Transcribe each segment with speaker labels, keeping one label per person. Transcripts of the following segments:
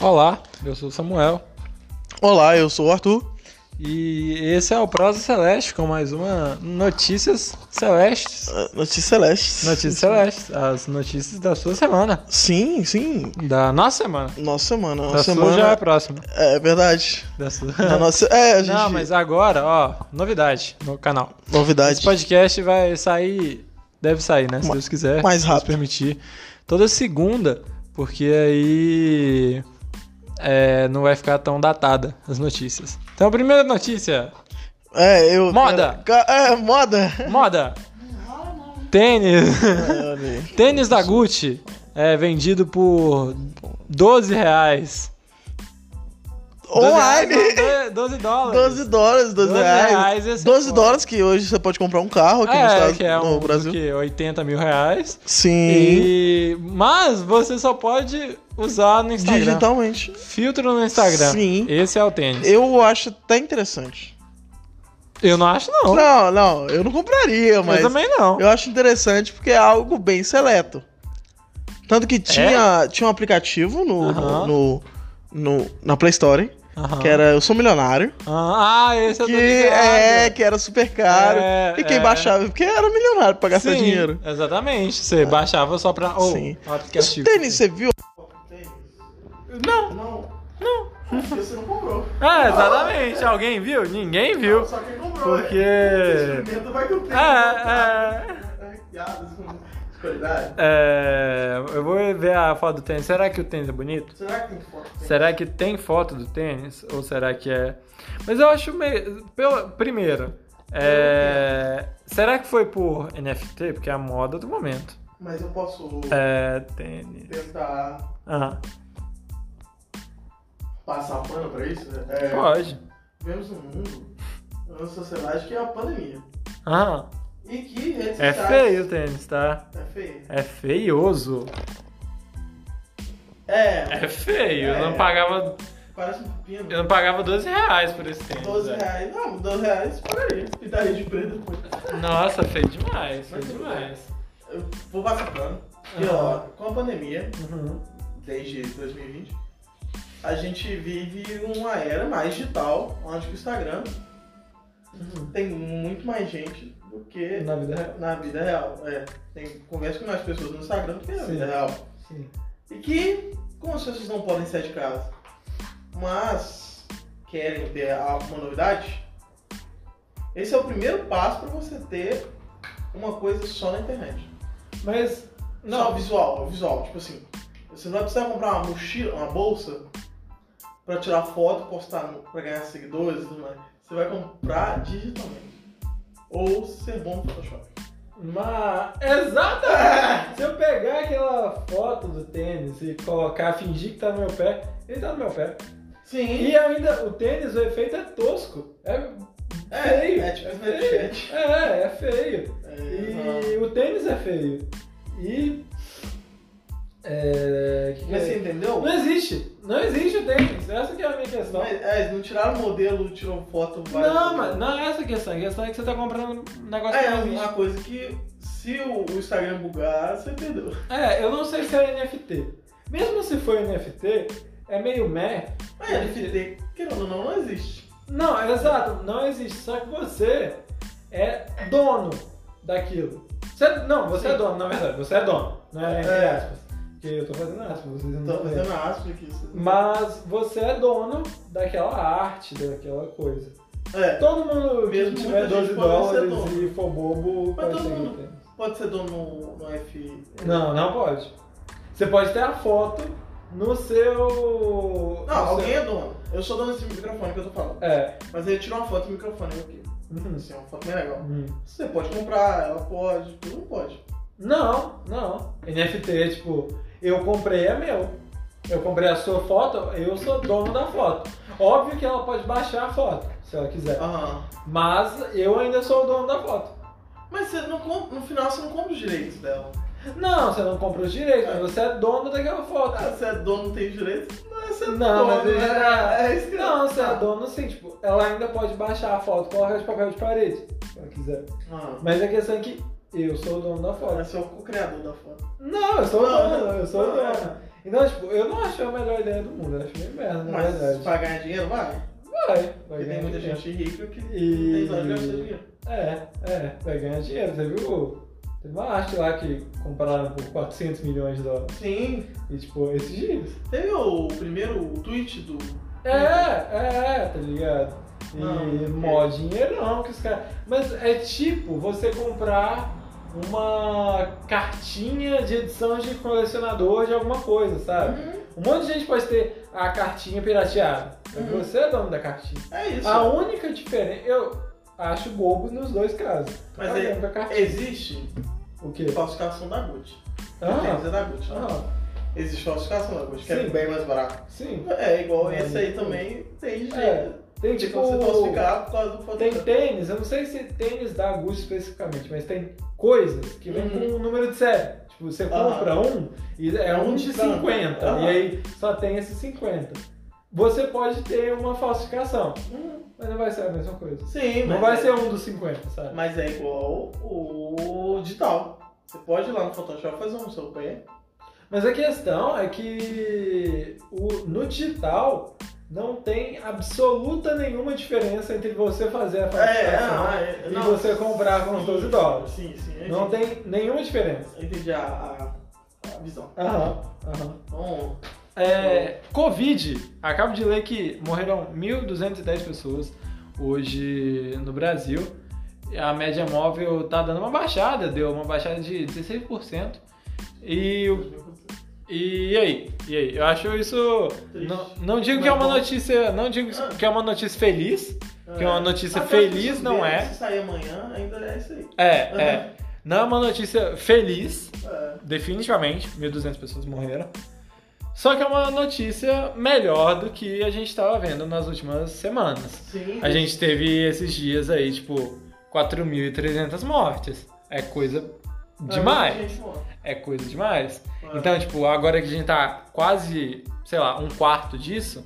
Speaker 1: Olá, eu sou o Samuel
Speaker 2: Olá, eu sou o Arthur.
Speaker 1: e esse é o Prosa Celeste com mais uma Notícias Celestes.
Speaker 2: Ah, Notícias Celestes.
Speaker 1: Notícias Celestes, as notícias da sua semana,
Speaker 2: Sim, sim.
Speaker 1: da nossa semana.
Speaker 2: Nossa semana.
Speaker 1: Da
Speaker 2: Nossa
Speaker 1: sua já é
Speaker 2: semana.
Speaker 1: próxima.
Speaker 2: É... verdade.
Speaker 1: Da sua...
Speaker 2: A nossa... É, a gente.
Speaker 1: Não, mas agora, ó, novidade no canal. Esse
Speaker 2: Novidade.
Speaker 1: podcast vai sair, deve sair, né? Se
Speaker 2: Ma-
Speaker 1: Deus quiser,
Speaker 2: mais
Speaker 1: se Deus
Speaker 2: rápido.
Speaker 1: permitir. Toda segunda, porque aí é, não vai ficar tão datada as notícias. Então, a primeira notícia,
Speaker 2: É, eu.
Speaker 1: Moda.
Speaker 2: Ca- É, moda.
Speaker 1: moda. Tênis.
Speaker 2: É, olha aí.
Speaker 1: Tênis da Gucci é vendido por 12 reais. 12 reais,
Speaker 2: Online.
Speaker 1: não, 12 dólares.
Speaker 2: 12 dólares, 12
Speaker 1: 12
Speaker 2: reais.
Speaker 1: reais, esse é
Speaker 2: 12
Speaker 1: foda.
Speaker 2: dólares que hoje você pode comprar um carro aqui nos
Speaker 1: É,
Speaker 2: Estados-
Speaker 1: que é
Speaker 2: no
Speaker 1: um,
Speaker 2: Brasil.
Speaker 1: Que, 80 mil reais.
Speaker 2: Sim.
Speaker 1: E... Mas você só pode usar no Instagram.
Speaker 2: Digitalmente.
Speaker 1: Filtro no Instagram.
Speaker 2: Sim.
Speaker 1: Esse é o tênis.
Speaker 2: Eu acho até interessante.
Speaker 1: Eu não acho, não. é
Speaker 2: Não, não, eu não compraria, mas.
Speaker 1: eu também não.
Speaker 2: Eu acho interessante porque é algo bem seleto. Tanto que tinha, tinha um aplicativo no,
Speaker 1: É? Aham.
Speaker 2: no, no- na Play Store,
Speaker 1: Aham.
Speaker 2: que era Eu Sou Milionário.
Speaker 1: Ah, esse eu tô
Speaker 2: Que
Speaker 1: ligado.
Speaker 2: é, que era super caro.
Speaker 1: É,
Speaker 2: e quem
Speaker 1: é.
Speaker 2: baixava, porque era milionário pra gastar
Speaker 1: Sim,
Speaker 2: dinheiro.
Speaker 1: Exatamente. Você baixava só pra. Oh,
Speaker 2: Sim. Esse
Speaker 1: aplicativo.
Speaker 2: tênis, você viu?
Speaker 1: Não.
Speaker 2: Não,
Speaker 1: Não.
Speaker 2: você não comprou.
Speaker 1: É, exatamente. Alguém viu? Ninguém viu.
Speaker 2: quem comprou. né?
Speaker 1: Porque. É,
Speaker 2: vai um que eu
Speaker 1: é.
Speaker 2: Qualidade.
Speaker 1: É, eu vou ver a foto do tênis. Será que o tênis é bonito?
Speaker 2: Será que tem foto?
Speaker 1: Será que tem foto do tênis? Ou será que é. Mas eu acho meio. Pela... Primeiro, é, será que foi por NFT? Porque é a moda do momento.
Speaker 2: Mas eu posso
Speaker 1: É. Tênis.
Speaker 2: tentar
Speaker 1: Ah,
Speaker 2: passar pano pra isso? É,
Speaker 1: pode.
Speaker 2: Vivemos num mundo, numa sociedade que é uma pandemia.
Speaker 1: Ah,
Speaker 2: E que redes
Speaker 1: é
Speaker 2: sociais-
Speaker 1: feio o tênis, tá?
Speaker 2: É feio.
Speaker 1: É feioso.
Speaker 2: É,
Speaker 1: É feio. Eu não
Speaker 2: É.
Speaker 1: pagava.
Speaker 2: parece um pino.
Speaker 1: Eu não né? pagava 12 reais por esse tênis.
Speaker 2: 12
Speaker 1: velho.
Speaker 2: reais. Não, 12 reais, peraí. Pintaria tá de preto. pô.
Speaker 1: Nossa, feio demais. Feio
Speaker 2: Mas tudo
Speaker 1: demais.
Speaker 2: Eu vou passar pano. E ó, com a pandemia,
Speaker 1: Uhum.
Speaker 2: desde 2020, a gente vive uma era mais digital, onde que o Instagram
Speaker 1: Uhum.
Speaker 2: tem muito mais gente do que
Speaker 1: Na vida real.
Speaker 2: na vida real. É, tem, conversa com mais pessoas no Instagram do que na
Speaker 1: Sim.
Speaker 2: vida real.
Speaker 1: Sim.
Speaker 2: E que, como as pessoas não podem sair de casa, mas querem ter alguma novidade, esse é o primeiro passo para você ter uma coisa só na internet.
Speaker 1: Mas.
Speaker 2: Só o
Speaker 1: Não.
Speaker 2: visual, o visual, tipo assim, você não vai precisar comprar uma mochila, uma bolsa para tirar foto, postar para ganhar seguidores e tudo mais. Você vai comprar digitalmente. Ou ser bom no Photoshop.
Speaker 1: Mas.
Speaker 2: É.
Speaker 1: Exatamente! Se eu pegar aquela foto do tênis e colocar, fingir que tá no meu pé, ele tá no meu pé.
Speaker 2: Sim.
Speaker 1: E ainda, o tênis, o efeito é tosco. É.
Speaker 2: É,
Speaker 1: feio.
Speaker 2: é tipo
Speaker 1: feio.
Speaker 2: Snapchat.
Speaker 1: É, é feio.
Speaker 2: É, exato.
Speaker 1: E o tênis é feio. E. É. Que que
Speaker 2: Mas assim,
Speaker 1: é?
Speaker 2: você entendeu?
Speaker 1: Não existe. Não existe o tênis. Essa que é a minha questão.
Speaker 2: Mas, é, eles não tiraram o modelo, tirou foto. várias
Speaker 1: Não,
Speaker 2: vezes.
Speaker 1: mas não é essa a questão. A questão é que você tá comprando um negócio
Speaker 2: É,
Speaker 1: que
Speaker 2: é
Speaker 1: não
Speaker 2: uma
Speaker 1: existe.
Speaker 2: coisa que se o o Instagram bugar, você perdeu.
Speaker 1: É, eu não sei se é NFT. Mesmo se for NFT, é meio meh.
Speaker 2: É, NFT, querendo ou não, não existe.
Speaker 1: Não, é exato, não existe. Só que você é dono daquilo. Você- não, você
Speaker 2: Sim.
Speaker 1: é dono, na verdade. Você é dono, né? Entre
Speaker 2: É.
Speaker 1: aspas. Porque eu tô fazendo aspas, vocês não é.
Speaker 2: Então,
Speaker 1: estão vendo.
Speaker 2: fazendo aspas aqui. isso-
Speaker 1: Mas você é dono daquela arte, daquela coisa.
Speaker 2: É,
Speaker 1: Todo mundo que
Speaker 2: Mesmo
Speaker 1: tiver
Speaker 2: muita
Speaker 1: 12
Speaker 2: gente pode ser
Speaker 1: dólares
Speaker 2: dono.
Speaker 1: e for bobo,
Speaker 2: Mas
Speaker 1: pode
Speaker 2: todo
Speaker 1: seguir o
Speaker 2: mundo.
Speaker 1: tênis.
Speaker 2: pode ser dono no, no F.
Speaker 1: Não, não pode. Você pode ter a foto no seu.
Speaker 2: Não,
Speaker 1: no
Speaker 2: alguém é dono. Eu sou dono desse microfone que eu tô falando.
Speaker 1: Seu... É.
Speaker 2: Mas ele tirou uma foto do microfone aqui.
Speaker 1: Uhum.
Speaker 2: Assim, é uma foto bem legal.
Speaker 1: Uhum.
Speaker 2: Você pode comprar, ela pode, tudo não pode.
Speaker 1: Não, não. NFT, tipo, eu comprei é meu. Eu comprei a sua foto, eu sou dono da foto. Óbvio que ela pode baixar a foto, se ela quiser.
Speaker 2: Aham.
Speaker 1: Mas eu ainda sou o dono da foto.
Speaker 2: Mas você não compra, no final você não compra os direitos dela.
Speaker 1: Não, você não comprou os direitos, mas você é dono daquela foto.
Speaker 2: Ah, você é dono, não tem direitos? Não, você é
Speaker 1: Não,
Speaker 2: dono.
Speaker 1: mas ele já-
Speaker 2: é, é isso que
Speaker 1: Não, você é dono sim, tipo, ela ainda pode baixar a foto, colocar de papel de parede, se ela quiser.
Speaker 2: Ah,
Speaker 1: Mas a questão é que eu sou o dono da foto.
Speaker 2: você é o co-criador da foto.
Speaker 1: Não, eu sou o dono, eu sou o dono. Então, tipo, eu não achei a melhor ideia do mundo, eu achei meio merda, na
Speaker 2: Mas
Speaker 1: verdade.
Speaker 2: pra ganhar dinheiro, vai.
Speaker 1: Vai, vai
Speaker 2: Porque
Speaker 1: ganhar
Speaker 2: tem muita
Speaker 1: dinheiro.
Speaker 2: gente rica que
Speaker 1: E-
Speaker 2: tem só de gastar dinheiro.
Speaker 1: É, é, vai ganhar dinheiro. Você viu? Teve uma arte lá que compraram por 400 milhões de dólares.
Speaker 2: Sim.
Speaker 1: E, tipo, esses dias.
Speaker 2: Teve o primeiro tweet do.
Speaker 1: É, é, é, tá ligado? E
Speaker 2: Não,
Speaker 1: mó dinheiro não que os caras. Mas é tipo você comprar uma cartinha de edição de colecionador de alguma coisa, sabe?
Speaker 2: Uhum.
Speaker 1: Um monte de gente pode ter a cartinha pirateada. mas
Speaker 2: Uhum.
Speaker 1: Você é dono da cartinha.
Speaker 2: É isso.
Speaker 1: A única diferença. Eu acho bobo nos dois casos.
Speaker 2: Mas
Speaker 1: Tá
Speaker 2: é-
Speaker 1: dentro da cartinha.
Speaker 2: Existe
Speaker 1: O quê?
Speaker 2: falsificação da Gucci. Tem né? que
Speaker 1: Ah,
Speaker 2: ser da Gucci.
Speaker 1: ah,
Speaker 2: Existe falsificação da Gucci, que é
Speaker 1: Sim.
Speaker 2: bem mais barato.
Speaker 1: sim.
Speaker 2: É, igual
Speaker 1: Ah,
Speaker 2: esse aí
Speaker 1: então.
Speaker 2: também tem
Speaker 1: É,
Speaker 2: jeito.
Speaker 1: Tem
Speaker 2: Tem
Speaker 1: tipo.
Speaker 2: como você falsificar por causa do
Speaker 1: Tem
Speaker 2: fotógrafo.
Speaker 1: tênis, eu não sei se tênis da Gucci especificamente, mas tem coisas que vem com um número de série. Tipo, você
Speaker 2: Uhum. Aham.
Speaker 1: compra um e é um de
Speaker 2: Aham.
Speaker 1: 50, e aí só tem esse 50. Você pode ter uma falsificação,
Speaker 2: Hum,
Speaker 1: mas não vai ser a mesma coisa.
Speaker 2: Sim, mas.
Speaker 1: Não vai
Speaker 2: é-
Speaker 1: ser um dos 50, sabe?
Speaker 2: Mas é igual o digital. Você pode ir lá no Photoshop fazer um seu pé.
Speaker 1: Mas a questão é que o, no digital não tem absoluta nenhuma diferença entre você fazer a falsificação
Speaker 2: é,
Speaker 1: e você comprar com os 12 dólares.
Speaker 2: Sim, sim. eu
Speaker 1: Não
Speaker 2: entendi.
Speaker 1: tem nenhuma diferença.
Speaker 2: Eu entendi a, a- a visão.
Speaker 1: Aham, aham.
Speaker 2: Então,
Speaker 1: É, Covid. Acabo de ler que morreram 1.210 pessoas hoje no Brasil. E A média móvel tá dando uma baixada, deu uma baixada de 16%. E, o- e aí? E aí? Eu acho isso.
Speaker 2: Triste.
Speaker 1: Não, não digo
Speaker 2: Não
Speaker 1: que é
Speaker 2: é
Speaker 1: uma
Speaker 2: bom.
Speaker 1: notícia. Não digo
Speaker 2: Ah.
Speaker 1: que é uma notícia feliz. Que é uma notícia
Speaker 2: Até
Speaker 1: feliz,
Speaker 2: se
Speaker 1: não
Speaker 2: ver,
Speaker 1: é?
Speaker 2: Se sair amanhã, ainda é isso aí.
Speaker 1: É, é. Não é uma notícia feliz,
Speaker 2: É.
Speaker 1: definitivamente. 1.200 pessoas morreram. Só que é uma notícia melhor do que a gente estava vendo nas últimas semanas.
Speaker 2: Sim.
Speaker 1: A gente teve esses dias aí, tipo, 4.300 mortes. É coisa
Speaker 2: É,
Speaker 1: demais. É coisa demais. Então, tipo, agora que a gente tá quase, sei lá, um quarto disso,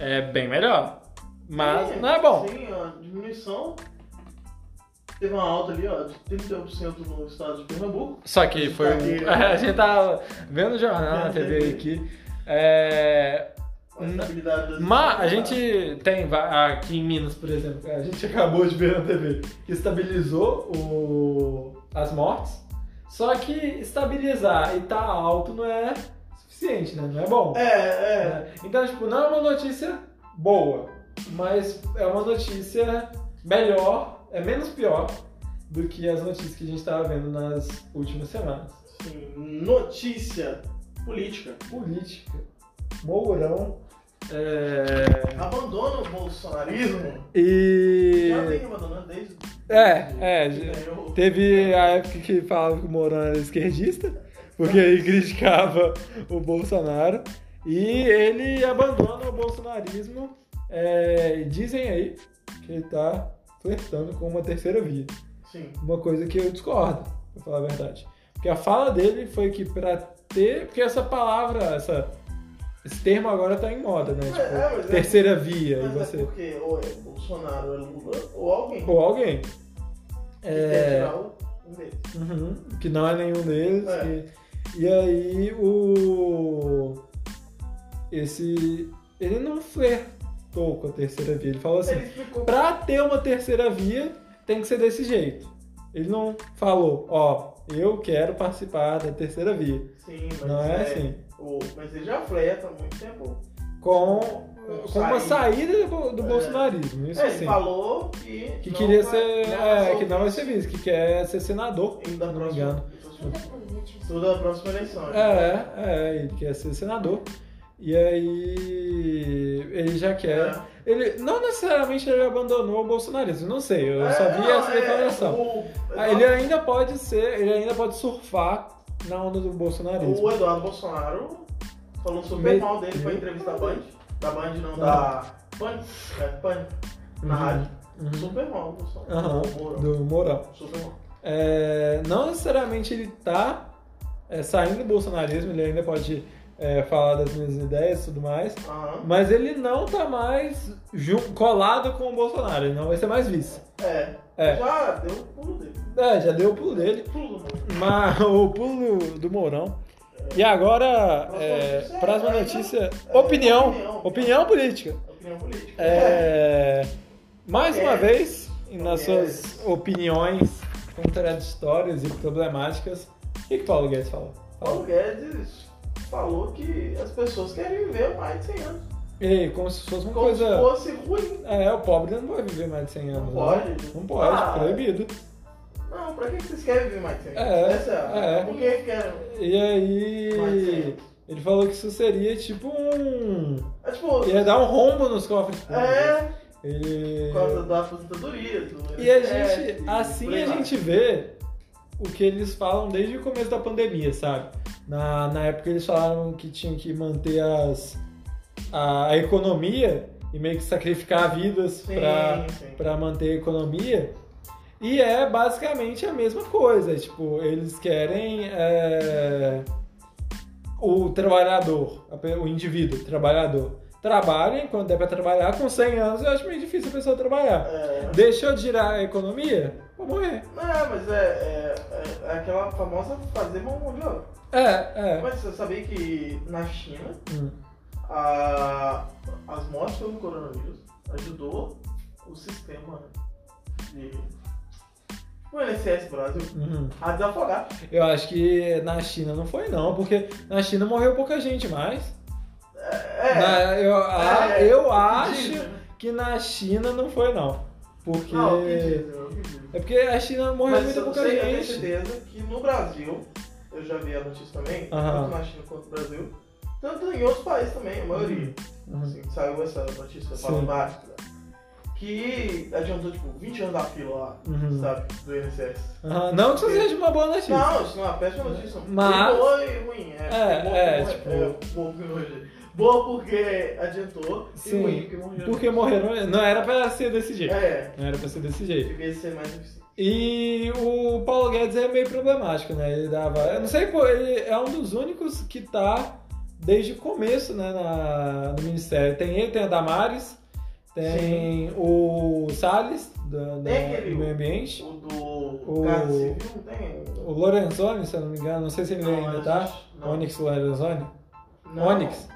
Speaker 1: é bem melhor. Mas não é bom.
Speaker 2: Sim, ó, diminuição. Teve uma alta ali, ó, de 31% no estado de Pernambuco.
Speaker 1: Só que foi.
Speaker 2: Tá aqui,
Speaker 1: um- a gente tá vendo o jornal na
Speaker 2: Vendo
Speaker 1: TV
Speaker 2: TV.
Speaker 1: tá aqui. É,
Speaker 2: A
Speaker 1: Na-
Speaker 2: estabilidade das-
Speaker 1: Mas a gente tem va- aqui em Minas, por exemplo, a gente acabou de ver na TV que estabilizou o- as mortes. Só que estabilizar e tá alto não é suficiente, né? Não é bom.
Speaker 2: É, é.
Speaker 1: né? Então, tipo, não é uma notícia boa, mas é uma notícia melhor, é menos pior do que as notícias que a gente tava vendo nas últimas semanas.
Speaker 2: Sim, notícia política.
Speaker 1: Política, Mourão, é...
Speaker 2: Abandona o bolsonarismo.
Speaker 1: e...
Speaker 2: Já vem abandonando desde.
Speaker 1: É,
Speaker 2: desde
Speaker 1: é,
Speaker 2: que ganhou.
Speaker 1: Teve a época que falava que o Mourão era esquerdista, porque ele criticava o Bolsonaro. E ele abandona o bolsonarismo. é, e dizem aí que ele tá flertando com uma terceira via.
Speaker 2: Sim.
Speaker 1: Uma coisa que eu discordo, pra falar a verdade. Porque a fala dele foi que pra ter. Porque essa palavra, essa, esse termo agora tá em moda, né?
Speaker 2: Mas é, mas
Speaker 1: Tipo,
Speaker 2: é-
Speaker 1: terceira via. E
Speaker 2: Mas é
Speaker 1: você.
Speaker 2: porque ou é Bolsonaro ou é Lula ou alguém
Speaker 1: Ou É. alguém.
Speaker 2: que quer tirar o um deles.
Speaker 1: Uhum, que não é nenhum deles.
Speaker 2: É.
Speaker 1: que- E, aí o. Esse. Ele não flertou com a terceira via. Ele falou assim:
Speaker 2: Ele explicou
Speaker 1: pra ter uma terceira via, tem que ser desse jeito. Ele não falou, ó, eu quero participar da terceira via.
Speaker 2: Sim, mas
Speaker 1: não é,
Speaker 2: é-
Speaker 1: assim.
Speaker 2: o- mas ele já flerta há muito tempo.
Speaker 1: Com,
Speaker 2: Com
Speaker 1: com uma saída do, do
Speaker 2: É.
Speaker 1: bolsonarismo, isso
Speaker 2: É, ele
Speaker 1: sim.
Speaker 2: falou que.
Speaker 1: Que
Speaker 2: não
Speaker 1: queria
Speaker 2: vai-
Speaker 1: ser.
Speaker 2: não vai
Speaker 1: é, que não vai ser vice, que quer ser senador.
Speaker 2: E da
Speaker 1: se não me
Speaker 2: próxima-
Speaker 1: engano.
Speaker 2: Toda a próxima eleição. né?
Speaker 1: É, é, ele quer ser senador. E aí ele já quer. Ele não necessariamente ele abandonou o bolsonarismo, É, não sei, eu só vi
Speaker 2: É,
Speaker 1: essa declaração. Ah, Ele ainda pode ser, ele ainda pode surfar na onda do bolsonarismo.
Speaker 2: O Eduardo Bolsonaro falou super
Speaker 1: Me-
Speaker 2: mal dele, foi
Speaker 1: Me-
Speaker 2: entrevistar a Band. Da Band não,
Speaker 1: Ah.
Speaker 2: da Pan. É, Pan. Na
Speaker 1: Uhum.
Speaker 2: rádio.
Speaker 1: Uhum.
Speaker 2: Super mal, o Bolsonaro.
Speaker 1: Aham,
Speaker 2: O Moro,
Speaker 1: do Mourão.
Speaker 2: Super mal.
Speaker 1: É, não necessariamente ele tá é, saindo do bolsonarismo, ele ainda pode é, falar das minhas ideias e tudo mais.
Speaker 2: Aham.
Speaker 1: Mas ele não tá mais ju- colado com o Bolsonaro, ele não vai ser mais vice.
Speaker 2: É.
Speaker 1: É.
Speaker 2: Já deu o pulo dele.
Speaker 1: É, já deu o pulo dele.
Speaker 2: Pulo do mundo.
Speaker 1: Mas o pulo do Mourão. E agora, é, próxima
Speaker 2: Próxima notícia
Speaker 1: notícia,
Speaker 2: é
Speaker 1: opinião,
Speaker 2: opinião.
Speaker 1: opinião política.
Speaker 2: Opinião política.
Speaker 1: É, mais uma
Speaker 2: É.
Speaker 1: vez, em
Speaker 2: É.
Speaker 1: nas suas opiniões contraditórias e problemáticas, o que, que Paulo Guedes falou? Fala.
Speaker 2: Paulo Guedes falou que as pessoas querem viver mais de 100 anos.
Speaker 1: E aí, como se fosse uma
Speaker 2: Como se
Speaker 1: coisa...
Speaker 2: fosse ruim.
Speaker 1: É, o pobre não vai viver mais de 100 anos.
Speaker 2: Não
Speaker 1: né?
Speaker 2: pode.
Speaker 1: Não pode,
Speaker 2: Ah.
Speaker 1: proibido.
Speaker 2: Não, pra que que vocês querem viver mais de 100 anos?
Speaker 1: É,
Speaker 2: Essa a-
Speaker 1: é.
Speaker 2: Por que que querem
Speaker 1: E
Speaker 2: mais de 100
Speaker 1: aí,
Speaker 2: anos?
Speaker 1: ele falou que isso seria tipo um...
Speaker 2: É tipo,
Speaker 1: Ia dar um rombo nos cofres públicos.
Speaker 2: é
Speaker 1: E...
Speaker 2: por causa da aposentadoria. do
Speaker 1: E a
Speaker 2: INSS,
Speaker 1: gente,
Speaker 2: e É, por
Speaker 1: assim
Speaker 2: aí
Speaker 1: a
Speaker 2: vai.
Speaker 1: gente vê o que eles falam desde o começo da pandemia, sabe? Na, na época eles falaram que tinham que manter as, a, a economia e meio que sacrificar vidas
Speaker 2: Sim,
Speaker 1: pra,
Speaker 2: sim.
Speaker 1: pra manter a economia. E é basicamente a mesma coisa, tipo, eles querem é, o trabalhador, a pe- o indivíduo, o trabalhador. Trabalha enquanto der pra trabalhar, com 100 anos eu acho meio difícil a pessoa trabalhar.
Speaker 2: É.
Speaker 1: Deixa eu girar a economia? Vou morrer.
Speaker 2: Não, é, mas é, é, é- é aquela famosa fazer mão de obra.
Speaker 1: É, é.
Speaker 2: Mas você sabia que na China
Speaker 1: Hum.
Speaker 2: a- as mortes pelo coronavírus ajudou o sistema de o INSS Brasil
Speaker 1: Uhum.
Speaker 2: a desafogar.
Speaker 1: Eu acho que na China não foi não, porque na China morreu pouca gente mais.
Speaker 2: É,
Speaker 1: Na- eu, a-
Speaker 2: é,
Speaker 1: ah, eu
Speaker 2: o que
Speaker 1: acho
Speaker 2: dizem, né?
Speaker 1: que na China não foi não. Porque.
Speaker 2: Não, o que dizem, o que dizem.
Speaker 1: É porque a China morreu
Speaker 2: Mas
Speaker 1: muito
Speaker 2: eu
Speaker 1: pouca
Speaker 2: sei, eu tenho
Speaker 1: gente.
Speaker 2: certeza que no Brasil, eu já vi a notícia também,
Speaker 1: Aham.
Speaker 2: tanto na China quanto no Brasil, tanto em outros países também, a maioria.
Speaker 1: Uhum.
Speaker 2: assim, saiu essa notícia
Speaker 1: Sim.
Speaker 2: falando da África, que adiantou tipo 20 anos da fila lá,
Speaker 1: Uhum. Ah,
Speaker 2: sabe, do INSS.
Speaker 1: Aham. Não que isso seja uma boa notícia.
Speaker 2: Não, isso não é uma péssima notícia.
Speaker 1: Mas-
Speaker 2: Boa e ruim. É,
Speaker 1: É,
Speaker 2: boa,
Speaker 1: é,
Speaker 2: porque-
Speaker 1: tipo-
Speaker 2: boa, porque morreu. boa porque adiantou
Speaker 1: Sim.
Speaker 2: e ruim porque morreu.
Speaker 1: Porque morreram. Não era pra ser desse jeito.
Speaker 2: É,
Speaker 1: Não era pra ser desse jeito.
Speaker 2: devia ser mais eficiente.
Speaker 1: E o Paulo Guedes é meio problemático, né? Ele dava. Eu não sei, pô, ele é um dos únicos que tá desde o começo, né, na- no Ministério. Tem ele, tem a Damares, tem o Salles, da- da-
Speaker 2: Tem aquele-
Speaker 1: do Meio Ambiente,
Speaker 2: O do
Speaker 1: O-
Speaker 2: caso civil não tem.
Speaker 1: o Lorenzoni, se eu não me engano, não sei se ele
Speaker 2: Não,
Speaker 1: ainda tá.
Speaker 2: acho- não.
Speaker 1: Onyx Lorenzoni?
Speaker 2: Não,
Speaker 1: Onyx?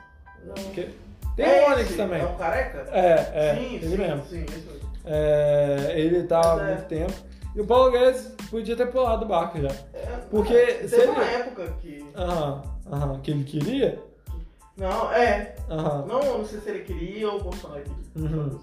Speaker 2: não.
Speaker 1: Que- Tem
Speaker 2: É
Speaker 1: o Onyx
Speaker 2: esse,
Speaker 1: também.
Speaker 2: É um careca?
Speaker 1: É, é,
Speaker 2: sim,
Speaker 1: ele
Speaker 2: sim,
Speaker 1: mesmo.
Speaker 2: sim, esse mesmo.
Speaker 1: É, ele tá há
Speaker 2: Mas é.
Speaker 1: muito tempo. E o Paulo Guedes podia ter pulado o barco já.
Speaker 2: É,
Speaker 1: Porque
Speaker 2: Teve
Speaker 1: se ele-
Speaker 2: uma época que.
Speaker 1: Aham, aham. Que ele queria?
Speaker 2: Não, é.
Speaker 1: Aham.
Speaker 2: Não, eu não sei se ele queria ou o Bolsonaro queria.
Speaker 1: Uhum.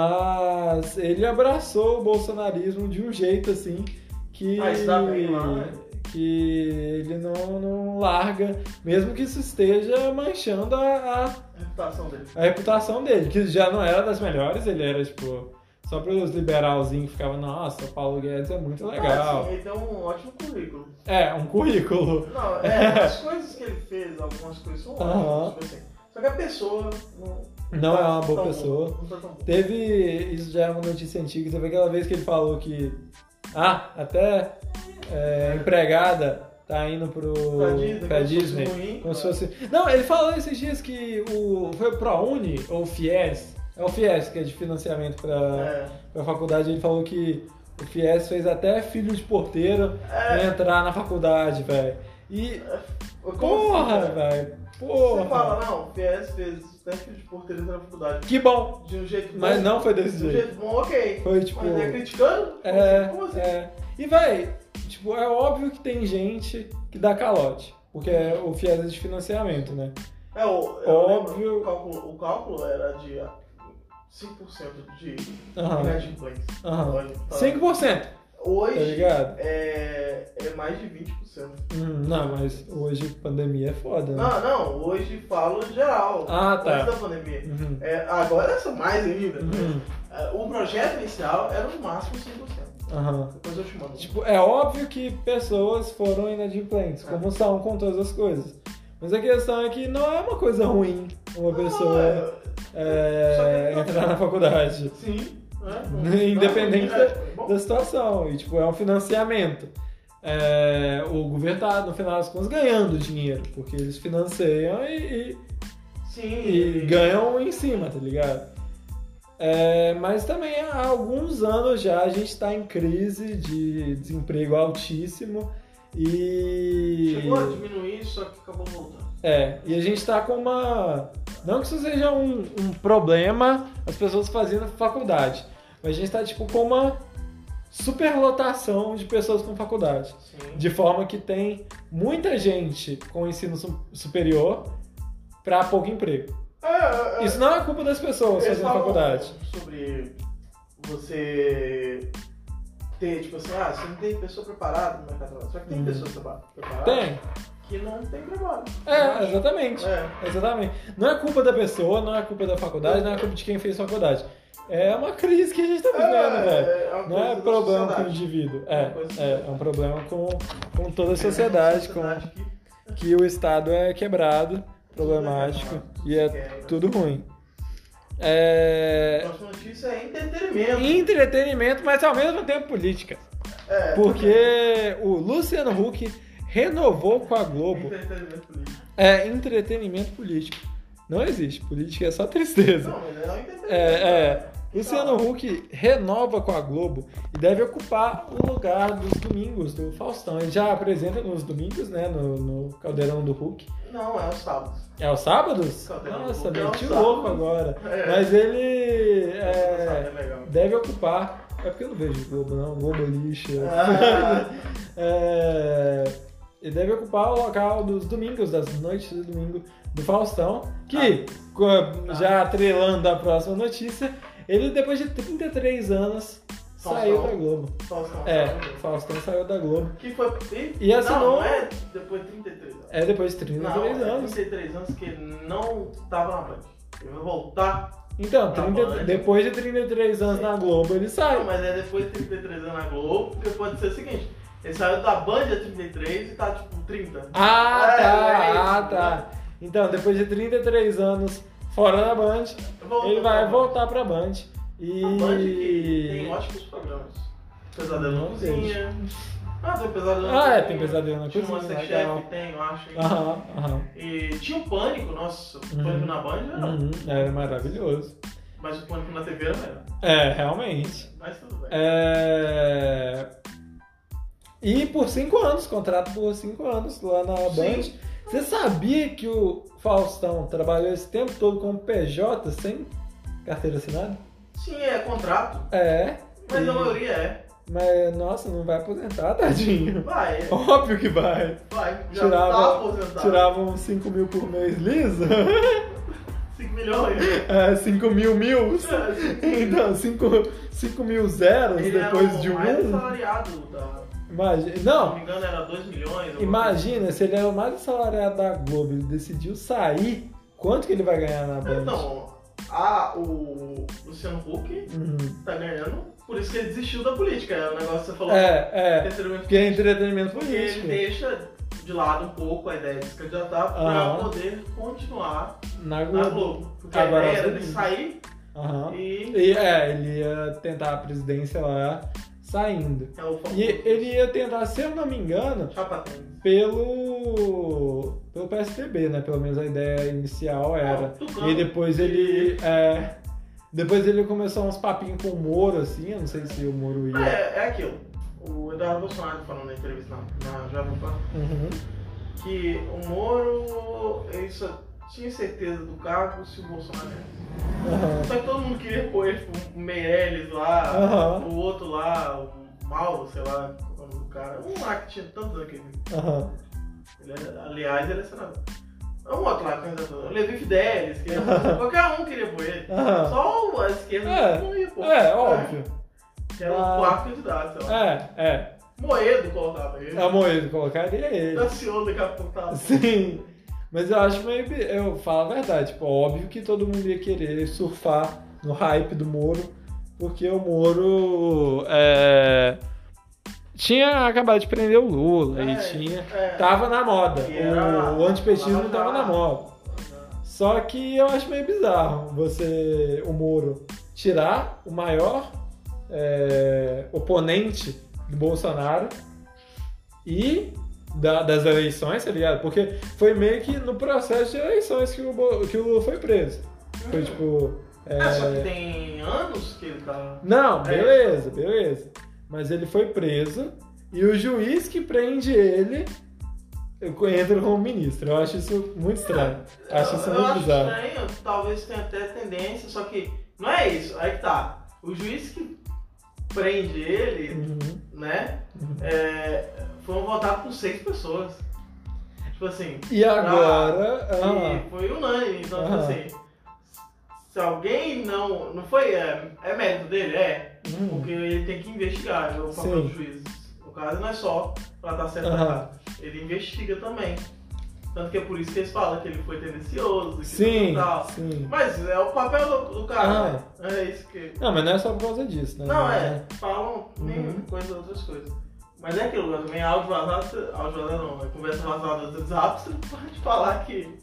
Speaker 1: Mas ele abraçou o bolsonarismo de um jeito assim que.
Speaker 2: Ah, isso dá bem lá, né?
Speaker 1: Que ele não, não larga, mesmo que isso esteja manchando a, a,
Speaker 2: A reputação dele.
Speaker 1: a reputação dele, que já não era das melhores, ele era tipo. Só pelos liberalzinhos que ficavam, nossa, o Paulo Guedes é muito
Speaker 2: Ah, sim,
Speaker 1: legal.
Speaker 2: ele tem um ótimo currículo.
Speaker 1: É, um currículo.
Speaker 2: Não, é, as coisas que ele fez, algumas coisas são ótimas,
Speaker 1: Aham.
Speaker 2: tipo assim. Só que a pessoa não. tá
Speaker 1: Não é uma boa
Speaker 2: tão
Speaker 1: pessoa.
Speaker 2: Não tá tão boa.
Speaker 1: Teve. Isso já é uma notícia antiga. Teve aquela vez que ele falou que. Ah, até é, empregada tá indo pro.
Speaker 2: Pra Disney,
Speaker 1: pra
Speaker 2: como se fosse
Speaker 1: Disney.
Speaker 2: ruim,
Speaker 1: como se
Speaker 2: né?
Speaker 1: fosse. Não, ele falou esses dias que o. Foi o ProUni ou o FIES. É o FIES, que é de financiamento pra,
Speaker 2: É.
Speaker 1: pra faculdade. Ele falou que o FIES fez até filho de porteiro né,
Speaker 2: É.
Speaker 1: entrar na faculdade, velho. E.
Speaker 2: Como
Speaker 1: Porra,
Speaker 2: assim, cara?
Speaker 1: velho.
Speaker 2: Você
Speaker 1: Porra.
Speaker 2: fala, não, o PS fez teste de porteiro na faculdade.
Speaker 1: Que bom.
Speaker 2: De um jeito bom.
Speaker 1: Mas não foi desse
Speaker 2: De um
Speaker 1: jeito.
Speaker 2: jeito bom, ok.
Speaker 1: Foi tipo.
Speaker 2: Mas é criticando? Como assim? Como assim?
Speaker 1: É, é. E, véi, tipo, é óbvio que tem gente que dá calote. Porque é o FIES é de financiamento, né?
Speaker 2: É, o, eu
Speaker 1: Óbvio.
Speaker 2: lembro, o, cálculo, o cálculo era de ah, 5% de
Speaker 1: Aham.
Speaker 2: inadimplência.
Speaker 1: Aham.
Speaker 2: Olha, tá.
Speaker 1: 5%, Ah. tá
Speaker 2: Hoje
Speaker 1: ligado?
Speaker 2: é, é mais de 20%.
Speaker 1: Hum, não, mas hoje pandemia é foda, né?
Speaker 2: Não, não, hoje falo geral.
Speaker 1: Ah, tá.
Speaker 2: Antes da pandemia.
Speaker 1: Uhum.
Speaker 2: É, agora são mais ainda.
Speaker 1: Uhum.
Speaker 2: É, O projeto inicial era no máximo 5%.
Speaker 1: Aham.
Speaker 2: Depois eu te mando.
Speaker 1: Tipo, é óbvio que pessoas foram inadimplentes,
Speaker 2: É.
Speaker 1: como são com todas as coisas. Mas a questão é que não é uma coisa ruim uma
Speaker 2: Ah,
Speaker 1: pessoa
Speaker 2: Só
Speaker 1: é,
Speaker 2: que não-
Speaker 1: entrar na faculdade.
Speaker 2: é, sim. né?
Speaker 1: Independente
Speaker 2: Não, é, bom,
Speaker 1: da situação. E, tipo, é um financiamento. É, o governo tá, no final das contas, ganhando dinheiro, porque eles financiam e, e-
Speaker 2: Sim.
Speaker 1: e ganham em cima, tá ligado? É, mas também há alguns anos já a gente tá em crise de desemprego altíssimo E.
Speaker 2: Chegou a diminuir, só que acabou voltando.
Speaker 1: É, e a gente tá com uma. Não que isso seja um, um problema as pessoas fazendo faculdade, mas a gente tá tipo com uma superlotação de pessoas com faculdade.
Speaker 2: Sim.
Speaker 1: De forma que tem muita gente com ensino su- superior pra pouco emprego.
Speaker 2: É, é,
Speaker 1: Isso não é culpa das pessoas
Speaker 2: Eles
Speaker 1: fazendo
Speaker 2: falam
Speaker 1: faculdade.
Speaker 2: Sobre você ter, tipo assim, ah, você não tem pessoa preparada no mercado de trabalho. Só que tem
Speaker 1: Hum.
Speaker 2: pessoas traba- preparadas
Speaker 1: Tem.
Speaker 2: que não tem trabalho.
Speaker 1: É, exatamente.
Speaker 2: É.
Speaker 1: Exatamente. Não é culpa da pessoa, não é culpa da faculdade, não é culpa de quem fez faculdade. É uma crise que a gente tá vivendo, velho.
Speaker 2: uma
Speaker 1: Não
Speaker 2: coisa
Speaker 1: é
Speaker 2: da
Speaker 1: problema com o
Speaker 2: sociedade.
Speaker 1: indivíduo.
Speaker 2: É
Speaker 1: É,
Speaker 2: uma coisa da
Speaker 1: é, é um problema com, com toda a sociedade,
Speaker 2: É
Speaker 1: com
Speaker 2: uma sociedade que
Speaker 1: que o Estado é quebrado, problemático
Speaker 2: tudo
Speaker 1: e
Speaker 2: é
Speaker 1: é
Speaker 2: quebrado, tudo
Speaker 1: tudo ruim.
Speaker 2: se quebra.
Speaker 1: É.
Speaker 2: A próxima notícia é entretenimento.
Speaker 1: Entretenimento, mas ao mesmo tempo política.
Speaker 2: É,
Speaker 1: Porque o Luciano Huck renovou com a Globo
Speaker 2: Entretenimento político.
Speaker 1: é entretenimento político. Não existe, política é só tristeza.
Speaker 2: Não, mas é um entretenimento.
Speaker 1: É, é.
Speaker 2: cara.
Speaker 1: Luciano Huck renova com a Globo e deve ocupar o lugar dos domingos do Faustão. Ele já apresenta nos domingos, né? No, no Caldeirão do Huck.
Speaker 2: Não, é os sábados.
Speaker 1: É aos sábados?
Speaker 2: Caldeirão do
Speaker 1: Nossa,
Speaker 2: Huck é
Speaker 1: meti
Speaker 2: aos
Speaker 1: o louco
Speaker 2: sábados.
Speaker 1: agora.
Speaker 2: É.
Speaker 1: Mas ele
Speaker 2: Esse sábado
Speaker 1: é,
Speaker 2: é legal.
Speaker 1: deve ocupar. É porque eu não vejo Globo, não. Globo é lixo.
Speaker 2: Ah,
Speaker 1: É, ele deve ocupar o local dos domingos, das noites do domingo do Faustão, que,
Speaker 2: Ah.
Speaker 1: co- já atrelando a próxima notícia, ele depois de 33 anos saiu da Globo.
Speaker 2: Faustão.
Speaker 1: É, Faustão saiu da Globo.
Speaker 2: Que foi. E,
Speaker 1: E assinou-
Speaker 2: Não, não é depois de 33 anos.
Speaker 1: É depois de 33
Speaker 2: não,
Speaker 1: anos.
Speaker 2: 33 anos que ele não tava na Band. Ele vai voltar.
Speaker 1: Então,
Speaker 2: Não,
Speaker 1: 30
Speaker 2: não, né?
Speaker 1: depois de 33 anos na Globo, ele
Speaker 2: Não,
Speaker 1: sai.
Speaker 2: mas é depois de 33 anos na Globo, porque pode ser o seguinte: ele saiu da Band a 33 e tá tipo 30.
Speaker 1: Ah,
Speaker 2: É, é isso,
Speaker 1: tá, ah,
Speaker 2: né?
Speaker 1: tá. Então, depois de 33 anos fora da Band,
Speaker 2: Volta
Speaker 1: ele
Speaker 2: pra
Speaker 1: vai
Speaker 2: Band.
Speaker 1: voltar pra Band. E...
Speaker 2: A Band que tem ótimos programas. Pesadelo na
Speaker 1: Meu Deus.
Speaker 2: cozinha. Ah, tem pesadelo na
Speaker 1: Ah,
Speaker 2: cozinha.
Speaker 1: é, tem pesadelo na
Speaker 2: Tinha um
Speaker 1: cozinha, legal. Ah,
Speaker 2: Masterchef, tem, eu acho. hein?
Speaker 1: Aham, aham.
Speaker 2: E tinha o Pânico, nossa, o
Speaker 1: Uhum.
Speaker 2: Pânico na Band era.
Speaker 1: Uhum, Era maravilhoso.
Speaker 2: Mas o Pânico na TV era melhor.
Speaker 1: É, realmente.
Speaker 2: Mas tudo bem.
Speaker 1: É... E por cinco anos, contrato por cinco anos lá na Band.
Speaker 2: Sim.
Speaker 1: Você sabia que o Faustão trabalhou esse tempo todo como PJ sem carteira assinada?
Speaker 2: Sim, é contrato.
Speaker 1: É.
Speaker 2: Mas
Speaker 1: E-
Speaker 2: a maioria é.
Speaker 1: Mas, nossa, não vai aposentar, tadinho.
Speaker 2: Vai, é,
Speaker 1: Óbvio que vai.
Speaker 2: vai. Já
Speaker 1: Tirava-
Speaker 2: tá aposentado.
Speaker 1: Tiravam 5 mil por mês liso.
Speaker 2: 5 milhões.
Speaker 1: 5 mil mil. Então, 5 mil zeros
Speaker 2: Ele era
Speaker 1: depois
Speaker 2: o
Speaker 1: de um.
Speaker 2: mais assalariado da.
Speaker 1: Imagina.
Speaker 2: Se não
Speaker 1: Não,
Speaker 2: me engano, era 2 milhões. alguma
Speaker 1: imagina se ele é o mais assalariado da Globo, ele decidiu sair, quanto que ele vai ganhar na
Speaker 2: coisa.
Speaker 1: Band?
Speaker 2: Então, a, o Luciano Huck
Speaker 1: Uhum.
Speaker 2: tá ganhando. Por isso que ele desistiu da política. É o negócio que você falou.
Speaker 1: É, é.
Speaker 2: Entretenimento
Speaker 1: Porque é entretenimento
Speaker 2: Porque ele
Speaker 1: político.
Speaker 2: deixa de lado um pouco a ideia de se candidatar
Speaker 1: Aham.
Speaker 2: pra poder continuar
Speaker 1: Na
Speaker 2: na
Speaker 1: Globo.
Speaker 2: Globo. Né? Porque
Speaker 1: Agora,
Speaker 2: a ideia era
Speaker 1: sim.
Speaker 2: ele sair
Speaker 1: Aham.
Speaker 2: e.
Speaker 1: E é, ele ia tentar a presidência lá saindo.
Speaker 2: É o famoso
Speaker 1: E ele ia tentar, se eu não me engano,
Speaker 2: chapa tênis.
Speaker 1: pelo. pelo PSDB, né? Pelo menos a ideia inicial era.
Speaker 2: Tucano.
Speaker 1: E depois ele. É, depois ele começou uns papinhos com o Moro, assim. Eu não sei se o Moro
Speaker 2: Ah,
Speaker 1: ia.
Speaker 2: É, é aquilo. O Eduardo Bolsonaro falou na entrevista na, na Jovem Pan
Speaker 1: Uhum.
Speaker 2: que o Moro ele só tinha certeza do cargo se o Bolsonaro ganhasse.
Speaker 1: Aham.
Speaker 2: Só que todo mundo queria pôr ele, tipo, o Meirelles lá,
Speaker 1: Aham.
Speaker 2: o outro lá, o Mauro, sei lá, qual é o nome do cara. Um lá que tinha tantos anos que ele.
Speaker 1: Aham.
Speaker 2: ele era- aliás, ele é senador. É um outro lá, candidato. O Levi Fidelis, que qualquer um queria pôr ele.
Speaker 1: Aham.
Speaker 2: Só o- a esquerda
Speaker 1: É,
Speaker 2: não ia pôr. É,
Speaker 1: É, óbvio.
Speaker 2: Que eram
Speaker 1: Ah.
Speaker 2: quatro candidatos, sei lá.
Speaker 1: É, é.
Speaker 2: Moedo colocava ele. Tá
Speaker 1: A Moedo colocaria ele.
Speaker 2: Ansioso daqui a pouco tá? tava.
Speaker 1: Sim. Mas eu acho meio. bi- Eu falo a verdade. Tipo, óbvio que todo mundo ia querer surfar no hype do Moro. Porque o Moro. É, tinha acabado de prender o Lula.
Speaker 2: É,
Speaker 1: e tinha.
Speaker 2: é.
Speaker 1: Tava na moda.
Speaker 2: E era-
Speaker 1: O, o antipetismo
Speaker 2: tava
Speaker 1: tava
Speaker 2: na-
Speaker 1: na moda. Só que eu acho meio bizarro você, o Moro, tirar o maior é, oponente do Bolsonaro e da- das eleições, tá ligado? Porque foi meio que no processo de eleições que o, Bo- que o Lula foi preso. Foi tipo.
Speaker 2: É,
Speaker 1: é,
Speaker 2: só que tem anos que ele tá.
Speaker 1: Não,
Speaker 2: É.
Speaker 1: beleza, beleza. Mas ele foi preso E o juiz que prende ele entra como ministro. Eu acho isso muito estranho. Acho isso é
Speaker 2: eu, eu
Speaker 1: muito
Speaker 2: acho é.
Speaker 1: bizarro.
Speaker 2: estranho, talvez tenha até tendência, só que não é isso. Aí que tá. O juiz que prende ele,
Speaker 1: Uhum.
Speaker 2: né? É, foram votar por seis pessoas. Tipo assim,
Speaker 1: E agora. ah,
Speaker 2: e foi unânime. Então, tipo
Speaker 1: Aham.
Speaker 2: assim, se alguém não. Não foi. É, é mérito dele? É.
Speaker 1: hum.
Speaker 2: Porque ele tem que investigar, é o papel
Speaker 1: Sim.
Speaker 2: do juiz. O caso não é só pra dar certo
Speaker 1: Aham.
Speaker 2: errado. Ele investiga também. Tanto que é por isso que eles falam que ele foi tendencioso, que
Speaker 1: Sim,
Speaker 2: tal, tal.
Speaker 1: sim.
Speaker 2: Mas é o papel do, do cara. né? É isso que.
Speaker 1: Não, mas não é só por causa disso, né?
Speaker 2: Não, é, falam nem
Speaker 1: Uhum.
Speaker 2: coisa, outras coisas. Mas é aquilo, né, também áudio vazado, você- áudio vazado não, é conversa vazada do WhatsApp, você não pode falar que,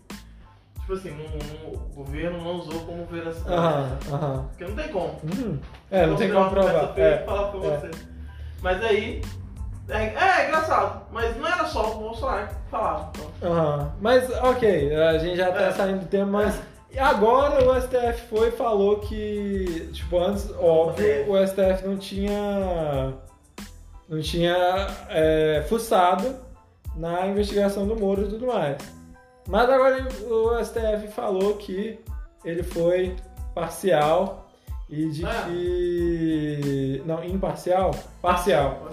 Speaker 2: tipo assim, não- não- o governo não usou como veracidade.
Speaker 1: Aham, aham.
Speaker 2: Porque não tem como.
Speaker 1: Hum. É, não tem
Speaker 2: Então,
Speaker 1: como
Speaker 2: você vai
Speaker 1: provar.
Speaker 2: saber
Speaker 1: É.
Speaker 2: falar pra
Speaker 1: é.
Speaker 2: você. Mas aí, é, é, é engraçado, mas não era só o Bolsonaro que falava. Então.
Speaker 1: Aham. Mas, ok, a gente já tá
Speaker 2: É.
Speaker 1: saindo do tema, mas e agora o STF foi e falou que, tipo, antes, óbvio, o STF não tinha. não tinha é, fuçado na investigação do Moro e tudo mais. Mas agora o STF falou que ele foi parcial e de
Speaker 2: Ah.
Speaker 1: que. Não, imparcial? Parcial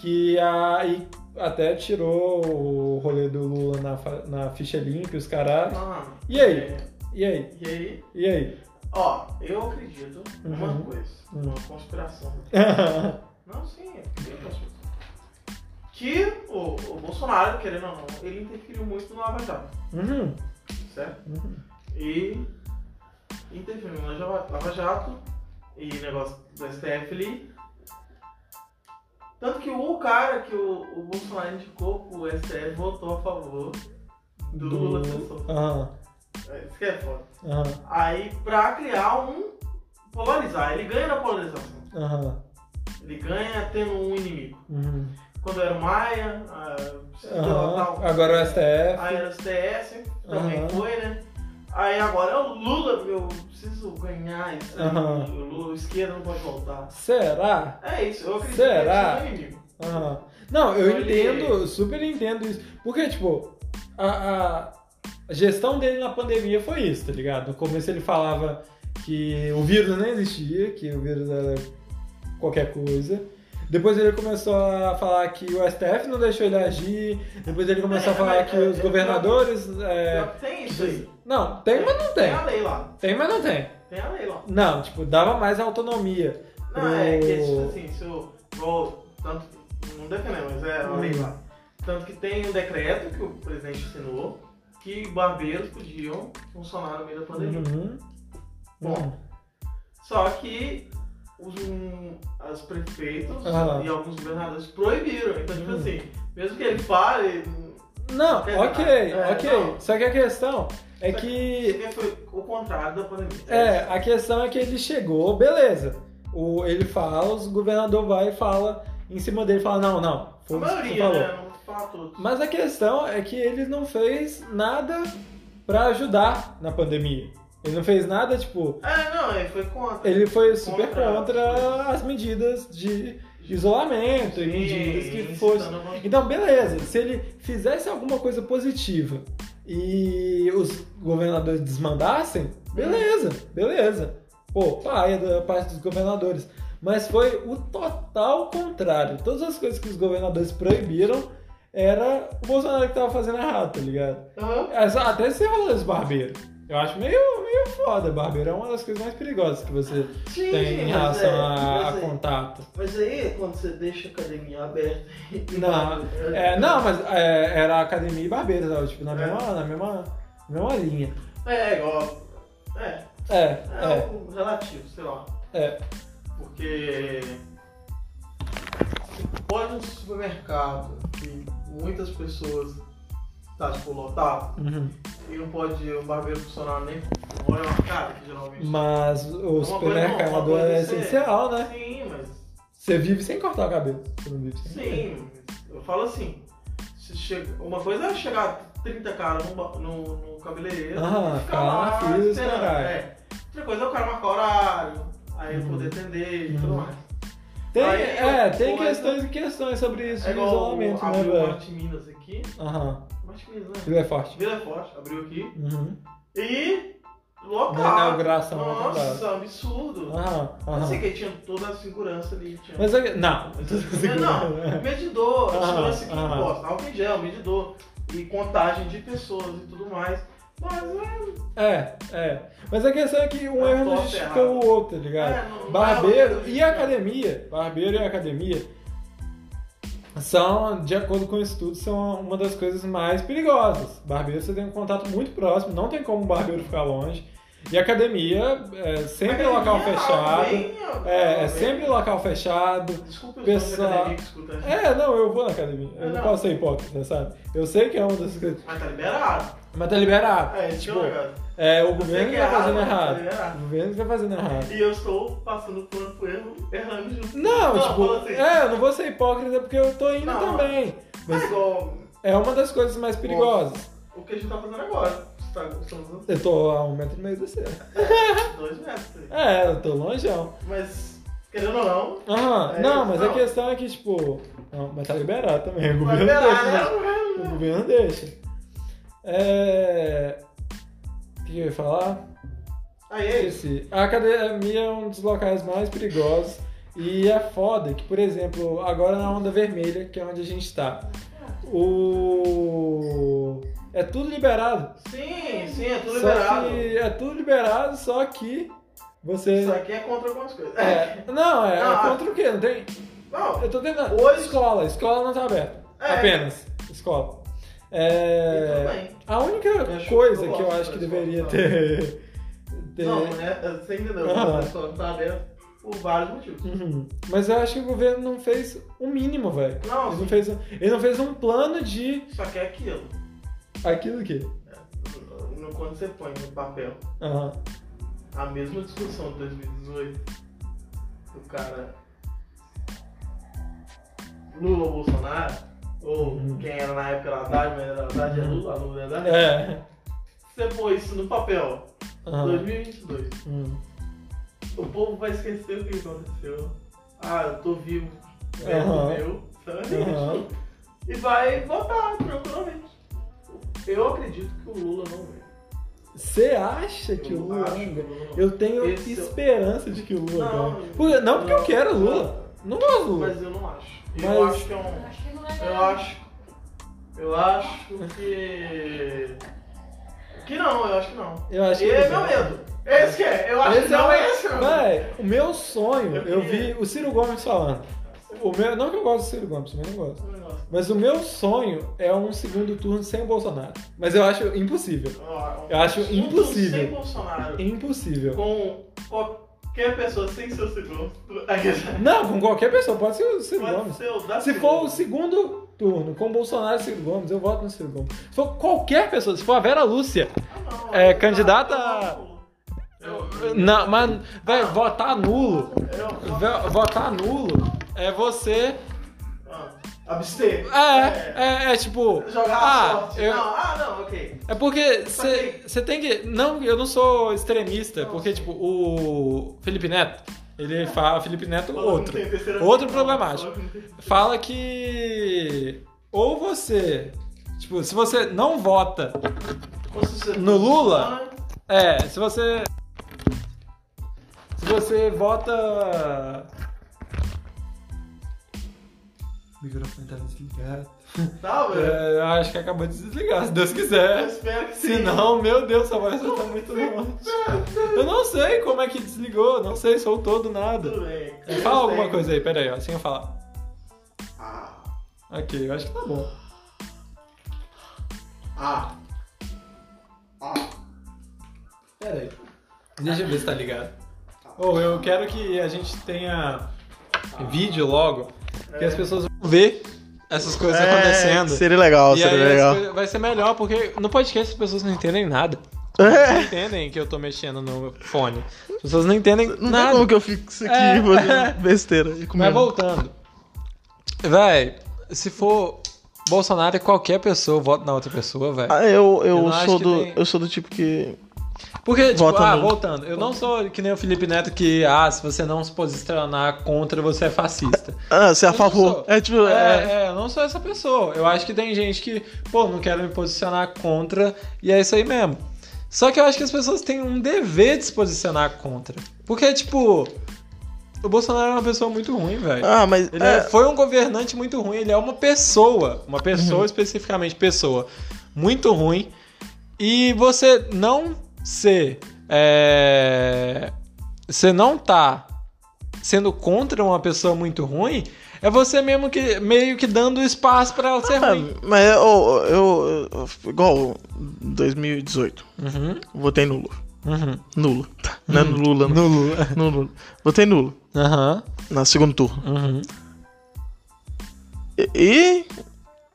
Speaker 1: que aí até tirou o rolê do Lula na, fa- na ficha limpa, e os caras.
Speaker 2: Ah,
Speaker 1: E aí? E aí?
Speaker 2: E aí,
Speaker 1: E aí?
Speaker 2: ó, eu acredito numa
Speaker 1: Uhum.
Speaker 2: coisa,
Speaker 1: Uhum.
Speaker 2: uma conspiração. Não, sim, é porque eu posso- que o, o Bolsonaro, querendo ou não, ele interferiu muito no Lava Jato,
Speaker 1: Uhum,
Speaker 2: certo?
Speaker 1: uhum.
Speaker 2: E interferiu no Lava Lava Jato e negócio do STF ali. Tanto que o cara que o, o Bolsonaro indicou pro STF votou a favor do, Lula Sessão.
Speaker 1: Aham,
Speaker 2: É, Isso que é foda.
Speaker 1: aham,
Speaker 2: Aí pra criar um. polarizar, ele ganha na polarização.
Speaker 1: aham.
Speaker 2: Ele ganha tendo um inimigo.
Speaker 1: uhum,
Speaker 2: quando era o Maia, a- sei lá,
Speaker 1: aham.
Speaker 2: tal.
Speaker 1: Agora o STF.
Speaker 2: aí era o STS, também
Speaker 1: Aham.
Speaker 2: foi, né? Aí agora é o Lula, meu, preciso ganhar isso aí,
Speaker 1: Aham.
Speaker 2: o Lula, o esquerda não pode voltar.
Speaker 1: Será?
Speaker 2: É isso, eu acredito
Speaker 1: Será?
Speaker 2: que ele é inimigo.
Speaker 1: Aham. Não, eu
Speaker 2: Olha
Speaker 1: entendo, eu super entendo isso. Porque, tipo, a, a- a gestão dele na pandemia foi isso, tá ligado? No começo ele falava que o vírus nem existia, que o vírus era qualquer coisa. Depois ele começou a falar que o STF não deixou ele agir. Depois ele começou a
Speaker 2: É,
Speaker 1: falar
Speaker 2: mas
Speaker 1: que
Speaker 2: é-
Speaker 1: os
Speaker 2: é-
Speaker 1: governadores. é,
Speaker 2: Só que Tem isso aí.
Speaker 1: Não, tem, mas não tem.
Speaker 2: a lei lá,
Speaker 1: Tem, mas não tem.
Speaker 2: tem a lei lá.
Speaker 1: Não, tipo, dava mais autonomia.
Speaker 2: Não, é que tipo assim, se eu vou, tanto, não defendendo, mas é a lei lá. Tanto que tem um decreto que o presidente assinou que barbeiros podiam funcionar no meio da pandemia.
Speaker 1: Uhum.
Speaker 2: Bom. Só que os, um, as prefeitos
Speaker 1: Aham.
Speaker 2: e alguns governadores proibiram. Então, tipo
Speaker 1: Ah. Hum.
Speaker 2: assim, mesmo que ele fale,
Speaker 1: Não,
Speaker 2: Quer dizer,
Speaker 1: ok,
Speaker 2: é,
Speaker 1: ok.
Speaker 2: não.
Speaker 1: Só que a questão é
Speaker 2: Só
Speaker 1: que.
Speaker 2: ele foi o contrário da pandemia.
Speaker 1: É, a questão é que ele chegou, beleza. O, ele fala, o governador vai e fala em cima dele, fala, não, não.
Speaker 2: a
Speaker 1: foi isso que você
Speaker 2: maioria, né? Não vou falar todos.
Speaker 1: Mas a questão é que ele não fez nada pra ajudar na pandemia. Ele não fez nada, tipo.
Speaker 2: É, não, ele foi contra.
Speaker 1: Ele foi super
Speaker 2: Contra-
Speaker 1: contra as medidas de isolamento e medidas que
Speaker 2: Sim,
Speaker 1: fosse.
Speaker 2: incitando a vacina.
Speaker 1: Então, beleza, se ele fizesse alguma coisa positiva e os governadores desmandassem, beleza, beleza. Pô, paia da parte dos governadores. Mas foi o total contrário. Todas as coisas que os governadores proibiram era o Bolsonaro que tava fazendo errado, tá ligado?
Speaker 2: Aham.
Speaker 1: Essa- Até esse rolê dos barbeiros. Eu acho meio, meio foda. Barbeiro é uma das coisas mais perigosas que você
Speaker 2: Sim,
Speaker 1: tem em
Speaker 2: mas
Speaker 1: relação
Speaker 2: é,
Speaker 1: a, a
Speaker 2: mas é.
Speaker 1: contato.
Speaker 2: Mas aí, quando você deixa a academia aberta e
Speaker 1: Não, é, não, mas é, era academia e barbeiro, sabe? tipo, na mesma, na mesma, mesma linha.
Speaker 2: É, igual. É,
Speaker 1: É,
Speaker 2: é,
Speaker 1: é,
Speaker 2: algo relativo, sei lá.
Speaker 1: é.
Speaker 2: Porque você pode um supermercado que muitas pessoas tá tipo lotado
Speaker 1: Uhum.
Speaker 2: e não pode o barbeiro funcionar nem com hora marcada, que geralmente.
Speaker 1: Mas o
Speaker 2: Uma coisa não, uma
Speaker 1: supermercado
Speaker 2: coisa
Speaker 1: é
Speaker 2: você-
Speaker 1: essencial, né?
Speaker 2: Sim, mas.
Speaker 1: Você vive sem cortar o cabelo. Você não vive sem
Speaker 2: Sim, mas eu falo assim. se chega- uma coisa é chegar 30 caras no, ba- no, no cabeleireiro
Speaker 1: Ah,
Speaker 2: e
Speaker 1: ficar lá na fila,
Speaker 2: esperando,
Speaker 1: caralho.
Speaker 2: é. Outra coisa é o cara marcar horário, aí eu poder atender e tudo
Speaker 1: Uhum.
Speaker 2: mais.
Speaker 1: Tem,
Speaker 2: Aí,
Speaker 1: é,
Speaker 2: outra
Speaker 1: tem
Speaker 2: coisa-
Speaker 1: questões e questões sobre isso
Speaker 2: É
Speaker 1: de
Speaker 2: igual
Speaker 1: isolamento,
Speaker 2: o-
Speaker 1: né,
Speaker 2: abriu o
Speaker 1: velho?
Speaker 2: Norte de Minas aqui.
Speaker 1: Aham.
Speaker 2: Norte de Minas, né?
Speaker 1: Ele é forte.
Speaker 2: Vila Forte, abriu aqui.
Speaker 1: Uhum.
Speaker 2: E
Speaker 1: Na
Speaker 2: local.
Speaker 1: inauguração. né,
Speaker 2: Nossa, absurdo.
Speaker 1: Aham,
Speaker 2: Eu
Speaker 1: aham.
Speaker 2: sei que tinha toda a segurança ali. Tinha...
Speaker 1: ah.
Speaker 2: assim,
Speaker 1: Mas é que- Não. né?
Speaker 2: Não, medidor,
Speaker 1: Aham,
Speaker 2: segurança que
Speaker 1: aham.
Speaker 2: imposta, álcool em gel, medidor e contagem de pessoas e tudo mais. Mas é,
Speaker 1: É, é. Mas a questão é que um
Speaker 2: Tá
Speaker 1: erro não
Speaker 2: top
Speaker 1: justifica
Speaker 2: errado.
Speaker 1: o outro, tá ligado?
Speaker 2: é, não- não
Speaker 1: Barbeiro
Speaker 2: é-
Speaker 1: e academia. Barbeiro e academia são, de acordo com o estudo, são uma das coisas mais perigosas. Barbeiro você tem um contato muito próximo, não tem como o barbeiro ficar longe. E academia é sempre
Speaker 2: Academia
Speaker 1: local
Speaker 2: é
Speaker 1: fechado.
Speaker 2: bem-
Speaker 1: É, é
Speaker 2: bem-
Speaker 1: sempre local fechado.
Speaker 2: Desculpa os
Speaker 1: pessoa-
Speaker 2: nomes da academia que escuta a gente,
Speaker 1: É, não, eu vou na academia. Eu não
Speaker 2: Não.
Speaker 1: posso ser hipócrita, sabe? Eu sei que é uma das coisas.
Speaker 2: mas tá liberado.
Speaker 1: Mas tá liberado.
Speaker 2: É, isso que é
Speaker 1: tipo,
Speaker 2: o negócio.
Speaker 1: é, o
Speaker 2: Eu sei
Speaker 1: governo
Speaker 2: que
Speaker 1: que
Speaker 2: é
Speaker 1: tá fazendo
Speaker 2: errado, mas tá
Speaker 1: errado.
Speaker 2: liberado.
Speaker 1: O governo que tá fazendo errado.
Speaker 2: E eu estou passando por por erro, errando junto.
Speaker 1: Não, tipo,
Speaker 2: fala assim,
Speaker 1: é, eu não vou ser hipócrita porque eu tô indo
Speaker 2: Não.
Speaker 1: também.
Speaker 2: mas igual
Speaker 1: É uma das coisas mais perigosas.
Speaker 2: o que a gente tá fazendo agora. Você tá gostando
Speaker 1: Eu tô a um metro e meio do céu.
Speaker 2: dos dois metros.
Speaker 1: É, eu tô longeão.
Speaker 2: Mas, querendo ou não,
Speaker 1: Aham,
Speaker 2: É,
Speaker 1: não, mas a
Speaker 2: não.
Speaker 1: questão é que, tipo. Não, mas tá liberado também. O
Speaker 2: vai
Speaker 1: governo
Speaker 2: liberar,
Speaker 1: deixa. né?
Speaker 2: né?
Speaker 1: O governo deixa. É. O que eu ia falar?
Speaker 2: Aí é isso.
Speaker 1: Esqueci. A academia é um dos locais mais perigosos. E é foda que, por exemplo, agora na Onda Vermelha, que é onde a gente tá, o. É tudo liberado.
Speaker 2: Sim, sim, é tudo
Speaker 1: Só
Speaker 2: liberado.
Speaker 1: que é tudo liberado, só que você.
Speaker 2: Isso aqui é contra algumas coisas.
Speaker 1: É, não, é,
Speaker 2: Não,
Speaker 1: é
Speaker 2: a-
Speaker 1: contra o quê? Não tem.
Speaker 2: Não,
Speaker 1: Eu tô tentando.
Speaker 2: Ah. Hoje-
Speaker 1: Escola, escola não tá aberta.
Speaker 2: É.
Speaker 1: Apenas. Escola.
Speaker 2: e tudo
Speaker 1: É,
Speaker 2: bem.
Speaker 1: a única
Speaker 2: acho
Speaker 1: coisa
Speaker 2: que eu
Speaker 1: que eu
Speaker 2: gosto
Speaker 1: acho que
Speaker 2: da
Speaker 1: deveria
Speaker 2: escola, tá?
Speaker 1: ter. ter-
Speaker 2: Não, né? Você entendeu?
Speaker 1: Aham.
Speaker 2: O pessoal tá aberto por vários motivos.
Speaker 1: Uhum. Mas eu acho que o governo não fez o mínimo, velho.
Speaker 2: Não,
Speaker 1: Ele, não fez um- ele não fez um plano de.
Speaker 2: Só que é aquilo.
Speaker 1: Aquilo que.
Speaker 2: No- Quando você põe no papel
Speaker 1: Aham.
Speaker 2: a mesma discussão de 2018 do cara Lula ou Bolsonaro, ou
Speaker 1: Uhum.
Speaker 2: quem era na época era Haddad, mas era Haddad é Lula, Lula é Haddad.
Speaker 1: É.
Speaker 2: Você põe isso no papel,
Speaker 1: Aham.
Speaker 2: 2022.
Speaker 1: Hum.
Speaker 2: O povo vai esquecer o que aconteceu. Ah, eu tô vivo.
Speaker 1: Aham.
Speaker 2: É meu. sabe?
Speaker 1: Aham.
Speaker 2: E vai votar, tranquilamente. Eu acredito que o Lula não vem.
Speaker 1: Você acha É que o
Speaker 2: Eu
Speaker 1: Lula.
Speaker 2: acho que
Speaker 1: anda?
Speaker 2: o Lula não
Speaker 1: Eu tenho
Speaker 2: Esse eu-
Speaker 1: esperança de que o Lula
Speaker 2: Não,
Speaker 1: ganhe. Porque- não porque eu quero Lula. Não gosto do Lula.
Speaker 2: Mas eu não acho. Eu
Speaker 1: Mas-
Speaker 2: acho que é
Speaker 3: Eu
Speaker 2: um.
Speaker 3: acho que não é
Speaker 2: Eu acho. Eu acho que. Que não, eu acho que não.
Speaker 1: Eu acho que
Speaker 2: Esse é
Speaker 1: não.
Speaker 2: meu medo. Esse que é. Eu acho que não é esse. meu medo.
Speaker 1: Véi, o meu sonho, eu,
Speaker 2: Eu
Speaker 1: vi
Speaker 2: queria-
Speaker 1: o Ciro Gomes falando. O meu, não que eu gosto do Ciro Gomes, mas não gosto.
Speaker 2: Esse é o negócio.
Speaker 1: Mas o meu sonho é um segundo turno sem o Bolsonaro. Mas eu acho impossível.
Speaker 2: Ó,
Speaker 1: Eu acho
Speaker 2: junto
Speaker 1: impossível.
Speaker 2: Sem Bolsonaro.
Speaker 1: Impossível.
Speaker 2: com qualquer pessoa sem seu segundo.
Speaker 1: Não, com qualquer pessoa, É pode ser o Ciro
Speaker 2: Pode
Speaker 1: Gomes.
Speaker 2: ser o da
Speaker 1: Se
Speaker 2: Silva.
Speaker 1: for o segundo turno com Bolsonaro e Ciro Gomes, eu voto no Ciro Gomes. Se for qualquer pessoa, se for a Vera Lúcia,
Speaker 2: Ah, não,
Speaker 1: é,
Speaker 2: eu- um
Speaker 1: candidata-
Speaker 2: Eu, eu,
Speaker 1: não, mas vai votar nulo.
Speaker 2: eu-
Speaker 1: Vé- Votar nulo é você.
Speaker 2: ah, abster.
Speaker 1: É, é, é tipo.
Speaker 2: É, Jogar
Speaker 1: ah,
Speaker 2: a sorte.
Speaker 1: eu-
Speaker 2: Não, ah, não, ok.
Speaker 1: É porque
Speaker 2: Só que-
Speaker 1: você tem que. Não, eu não sou extremista, porque, tipo, o Felipe Neto, ele fala. Felipe Neto,
Speaker 2: Falou que
Speaker 1: outro.
Speaker 2: não tem terceira
Speaker 1: Outro
Speaker 2: opção,
Speaker 1: problemático.
Speaker 2: falou que não tem-
Speaker 1: Fala que. Ou você. Tipo, se você não vota.
Speaker 2: Constituição-
Speaker 1: No Lula? É, se você. Se você vota. O microfone tá desligado.
Speaker 2: Tá, velho.
Speaker 1: É, eu acho que acabou de desligar, se Deus
Speaker 2: Eu
Speaker 1: quiser.
Speaker 2: espero que
Speaker 1: Se
Speaker 2: sim.
Speaker 1: não, meu Deus, essa voz tá muito longe. Eu não sei como é que desligou, não sei, soltou do nada.
Speaker 2: Tudo bem.
Speaker 1: Fala
Speaker 2: Eu
Speaker 1: alguma
Speaker 2: sei.
Speaker 1: coisa aí, pera aí, ó, assim eu falar.
Speaker 2: Ah.
Speaker 1: Ok, eu acho que tá bom.
Speaker 2: Ah. Ah.
Speaker 1: Pera aí. Deixa eu ver se tá ligado. Ou eu quero que a gente tenha vídeo logo, que as pessoas vão ver essas coisas acontecendo.
Speaker 2: É, Seria tá legal,
Speaker 1: E aí as coisas- vai ser melhor, porque no podcast as pessoas não entendem nada.
Speaker 2: É.
Speaker 1: Não entendem que eu tô mexendo no fone. As pessoas não entendem nada.
Speaker 2: que eu fico isso
Speaker 1: aqui É. fazendo
Speaker 2: besteira
Speaker 1: Mas voltando. Véi, se for Bolsonaro, qualquer pessoa vota na outra pessoa, velho.
Speaker 2: Ah,
Speaker 1: Eu
Speaker 2: eu, eu,
Speaker 1: não acho
Speaker 2: sou
Speaker 1: que
Speaker 2: do,
Speaker 1: tem-
Speaker 2: eu sou do tipo que.
Speaker 1: Porque, tipo,
Speaker 2: Volta
Speaker 1: ah,
Speaker 2: nele.
Speaker 1: voltando, eu não sou que nem o Felipe Neto que, ah, se você não se posicionar contra, você é fascista.
Speaker 2: Ah, você é a
Speaker 1: Eu não
Speaker 2: favor.
Speaker 1: sou.
Speaker 2: É tipo. É,
Speaker 1: É, é, eu não sou essa pessoa. Eu acho que tem gente que, pô, não quero me posicionar contra, e é isso aí mesmo. Só que eu acho que as pessoas têm um dever de se posicionar contra. Porque, tipo, o Bolsonaro é uma pessoa muito ruim, velho.
Speaker 2: Ah, mas.
Speaker 1: Ele
Speaker 2: é,
Speaker 1: é- foi um governante muito ruim, ele é uma pessoa, uma pessoa
Speaker 2: Uhum.
Speaker 1: especificamente, pessoa muito ruim. E você não ser. é, você não tá sendo contra uma pessoa muito ruim, é você mesmo que meio que dando espaço pra ela ser
Speaker 2: Ah,
Speaker 1: ruim.
Speaker 2: mas eu, eu, eu- Igual 2018.
Speaker 1: Uhum,
Speaker 2: Votei nulo.
Speaker 1: uhum.
Speaker 2: Nulo. Não
Speaker 1: Hum.
Speaker 2: é no Lula, não.
Speaker 1: No Lula.
Speaker 2: No Lula. Votei nulo.
Speaker 1: Aham,
Speaker 2: Na segundo turno.
Speaker 1: uhum.
Speaker 2: E.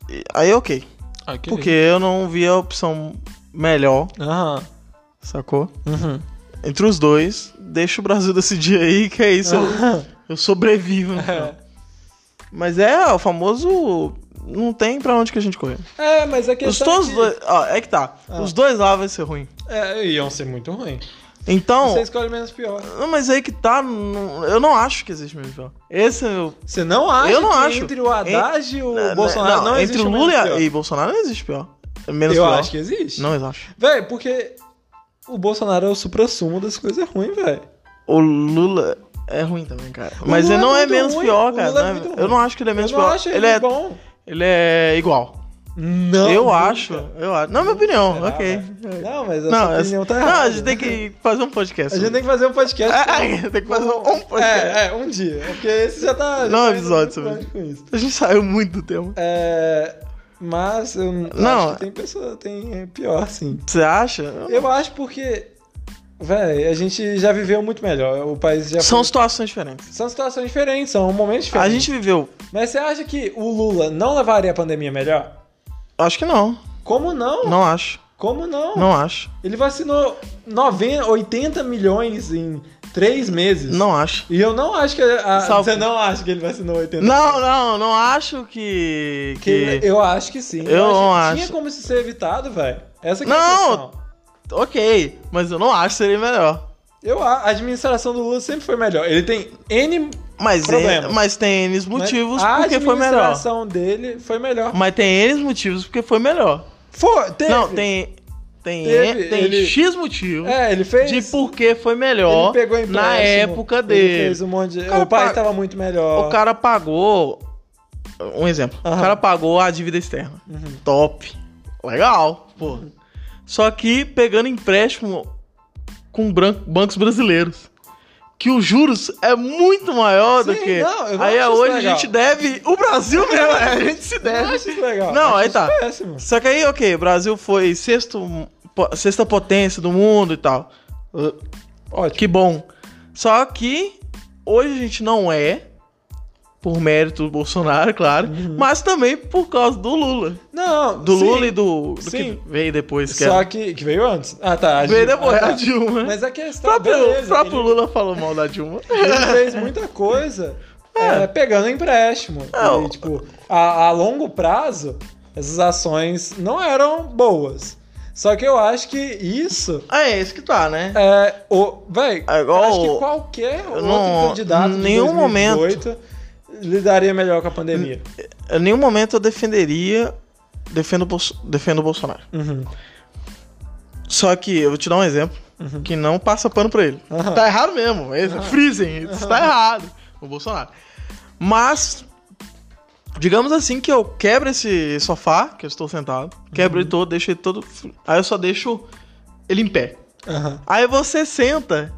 Speaker 2: e- aí, ok.
Speaker 1: Ok.
Speaker 2: Porque eu não vi a opção melhor,
Speaker 1: Aham,
Speaker 2: sacou?
Speaker 1: uhum.
Speaker 2: Entre os dois, deixa o Brasil decidir aí, que é isso. eu- Eu sobrevivo. no
Speaker 1: É.
Speaker 2: final. Mas é o famoso. Não tem pra onde que a gente correr.
Speaker 1: É, mas a
Speaker 2: Os
Speaker 1: questão
Speaker 2: todos
Speaker 1: é que-
Speaker 2: dois. Ó, é que tá.
Speaker 1: Ah.
Speaker 2: Os dois lá vai ser ruim.
Speaker 1: É, iam ser muito ruim.
Speaker 2: Então.
Speaker 1: Você escolhe menos pior.
Speaker 2: não, Mas aí que tá. não- eu não acho que existe mesmo pior. Esse é meu.
Speaker 1: Você não acha
Speaker 2: Eu não
Speaker 1: que
Speaker 2: acho.
Speaker 1: entre o Haddad e o
Speaker 2: né,
Speaker 1: Bolsonaro não, existe
Speaker 2: Entre o
Speaker 1: menos
Speaker 2: Lula e a-
Speaker 1: pior?
Speaker 2: e Bolsonaro não existe pior. É Menos
Speaker 1: Eu
Speaker 2: pior.
Speaker 1: acho que existe.
Speaker 2: Não, eu acho.
Speaker 1: Véi, porque o Bolsonaro é o suprassumo das coisas ruins, velho.
Speaker 2: O Lula é ruim também, cara. Mas
Speaker 1: Lula
Speaker 2: ele não
Speaker 1: é
Speaker 2: é,
Speaker 1: muito
Speaker 2: menos
Speaker 1: ruim,
Speaker 2: pior,
Speaker 1: o
Speaker 2: cara.
Speaker 1: Lula é
Speaker 2: não é-
Speaker 1: muito ruim.
Speaker 2: eu não acho que ele é
Speaker 1: Eu
Speaker 2: menos
Speaker 1: não
Speaker 2: pior.
Speaker 1: acho ele,
Speaker 2: ele, é,
Speaker 1: bom.
Speaker 2: ele é igual.
Speaker 1: Não.
Speaker 2: eu
Speaker 1: nunca.
Speaker 2: acho. Eu acho. Não é minha opinião.
Speaker 1: Será,
Speaker 2: ok.
Speaker 1: velho? Não, mas a
Speaker 2: Não,
Speaker 1: sua opinião tá
Speaker 2: essa-
Speaker 1: errada.
Speaker 2: não, a gente tem que fazer um podcast.
Speaker 1: A gente tem que fazer um podcast.
Speaker 2: É, tem que fazer um podcast.
Speaker 1: É, é, um dia. Porque esse já tá...
Speaker 2: Não,
Speaker 1: já tá
Speaker 2: episódio
Speaker 1: indo muito
Speaker 2: sobre
Speaker 1: longe com isso.
Speaker 2: A gente saiu muito do tema.
Speaker 1: É... Mas eu
Speaker 2: Não.
Speaker 1: acho que tem pessoa... Tem pior, sim.
Speaker 2: Você acha?
Speaker 1: Eu acho porque... Véi, a gente já viveu muito melhor. O país já
Speaker 2: São
Speaker 1: foi...
Speaker 2: situações diferentes.
Speaker 1: São situações diferentes, são momentos
Speaker 2: A
Speaker 1: diferentes.
Speaker 2: gente viveu.
Speaker 1: Mas você acha que o Lula não levaria a pandemia melhor?
Speaker 2: Acho que não.
Speaker 1: Como não?
Speaker 2: Não acho.
Speaker 1: Como não?
Speaker 2: Não acho.
Speaker 1: Ele vacinou 90, 80 milhões em 3 meses.
Speaker 2: Não acho.
Speaker 1: E eu não acho que. a-
Speaker 2: Salvo-
Speaker 1: Você não acha que ele vacinou 80
Speaker 2: Não, não, não acho que.
Speaker 1: Que
Speaker 2: que...
Speaker 1: eu acho que sim.
Speaker 2: Eu não
Speaker 1: acho. que
Speaker 2: acho.
Speaker 1: Tinha como isso ser evitado, velho. Essa que é a
Speaker 2: Não!
Speaker 1: questão.
Speaker 2: Ok, mas eu não acho que seria melhor.
Speaker 1: Eu, a a administração do Lula sempre foi melhor. Ele tem N
Speaker 2: Mas,
Speaker 1: Problema.
Speaker 2: é- mas tem N motivos
Speaker 1: a
Speaker 2: porque foi melhor.
Speaker 1: administração dele foi melhor.
Speaker 2: Mas tem N motivos porque foi melhor.
Speaker 1: Foi, teve.
Speaker 2: Não, tem. Tem,
Speaker 1: Teve,
Speaker 2: tem
Speaker 1: ele-
Speaker 2: X motivos
Speaker 1: É, ele fez.
Speaker 2: de por que foi
Speaker 1: Ele
Speaker 2: melhor
Speaker 1: pegou empréstimo,
Speaker 2: na época
Speaker 1: ele
Speaker 2: dele.
Speaker 1: fez um monte de-
Speaker 2: cara
Speaker 1: O país
Speaker 2: paga-
Speaker 1: estava muito melhor.
Speaker 2: O cara pagou. Um exemplo.
Speaker 1: Aham. Uhum.
Speaker 2: O cara pagou a dívida externa. Top. Legal, pô. Só que pegando empréstimo com bran- bancos brasileiros. Que os juros é muito maior do
Speaker 1: Sim,
Speaker 2: que.
Speaker 1: não, eu não
Speaker 2: aí
Speaker 1: acho
Speaker 2: é
Speaker 1: isso
Speaker 2: hoje
Speaker 1: legal.
Speaker 2: a gente deve. O Brasil mesmo, é, a gente se
Speaker 1: Eu
Speaker 2: deve.
Speaker 1: acho isso legal.
Speaker 2: Não,
Speaker 1: Acho
Speaker 2: aí
Speaker 1: isso
Speaker 2: tá.
Speaker 1: Péssimo.
Speaker 2: Só que aí, ok, o Brasil foi sexto, po- sexta potência do mundo e tal. Uh,
Speaker 1: Ótimo.
Speaker 2: Que bom. Só que hoje a gente não é, por mérito do Bolsonaro, claro, mas também por causa do Lula.
Speaker 1: Não,
Speaker 2: Do
Speaker 1: Uhum. sim.
Speaker 2: Lula e do, do que
Speaker 1: Sim.
Speaker 2: veio depois. Que
Speaker 1: Só
Speaker 2: era-
Speaker 1: que, que veio antes. Ah, tá. a
Speaker 2: veio
Speaker 1: Dilma.
Speaker 2: depois
Speaker 1: Ah, tá.
Speaker 2: a Dilma.
Speaker 1: Mas a
Speaker 2: o
Speaker 1: questão
Speaker 2: próprio,
Speaker 1: beleza,
Speaker 2: o próprio
Speaker 1: ele-
Speaker 2: Lula falou mal da Dilma.
Speaker 1: ele fez muita coisa é, pegando empréstimo.
Speaker 2: Não.
Speaker 1: E, tipo, a, a longo prazo, essas ações não eram boas. Só que eu acho que isso
Speaker 2: Ah, é isso que tá, né?
Speaker 1: É, o, véi,
Speaker 2: É igual-
Speaker 1: eu acho que qualquer outro
Speaker 2: não-
Speaker 1: candidato
Speaker 2: em
Speaker 1: de
Speaker 2: nenhum
Speaker 1: 2018 lidaria melhor com a pandemia.
Speaker 2: Em nenhum momento eu defenderia. Defendo, o Bolso- defendo o Bolsonaro.
Speaker 1: Uhum.
Speaker 2: Só que eu vou te dar um exemplo que não passa pano pra ele.
Speaker 1: Uhum. Aham.
Speaker 2: Tá errado mesmo. Esse, Freezing, isso tá errado. O Bolsonaro. Mas, digamos assim que eu quebro esse sofá que eu estou sentado, quebro
Speaker 1: Uhum.
Speaker 2: ele todo, deixo ele todo. fr- Aí eu só deixo ele em pé.
Speaker 1: Aham.
Speaker 2: Aí você senta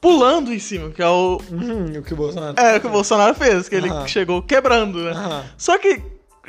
Speaker 2: pulando em cima, que é o.
Speaker 1: Uhum, o que o Bolsonaro.
Speaker 2: É o que o Bolsonaro fez, que ele
Speaker 1: Aham.
Speaker 2: chegou quebrando, né?
Speaker 1: Aham.
Speaker 2: Só que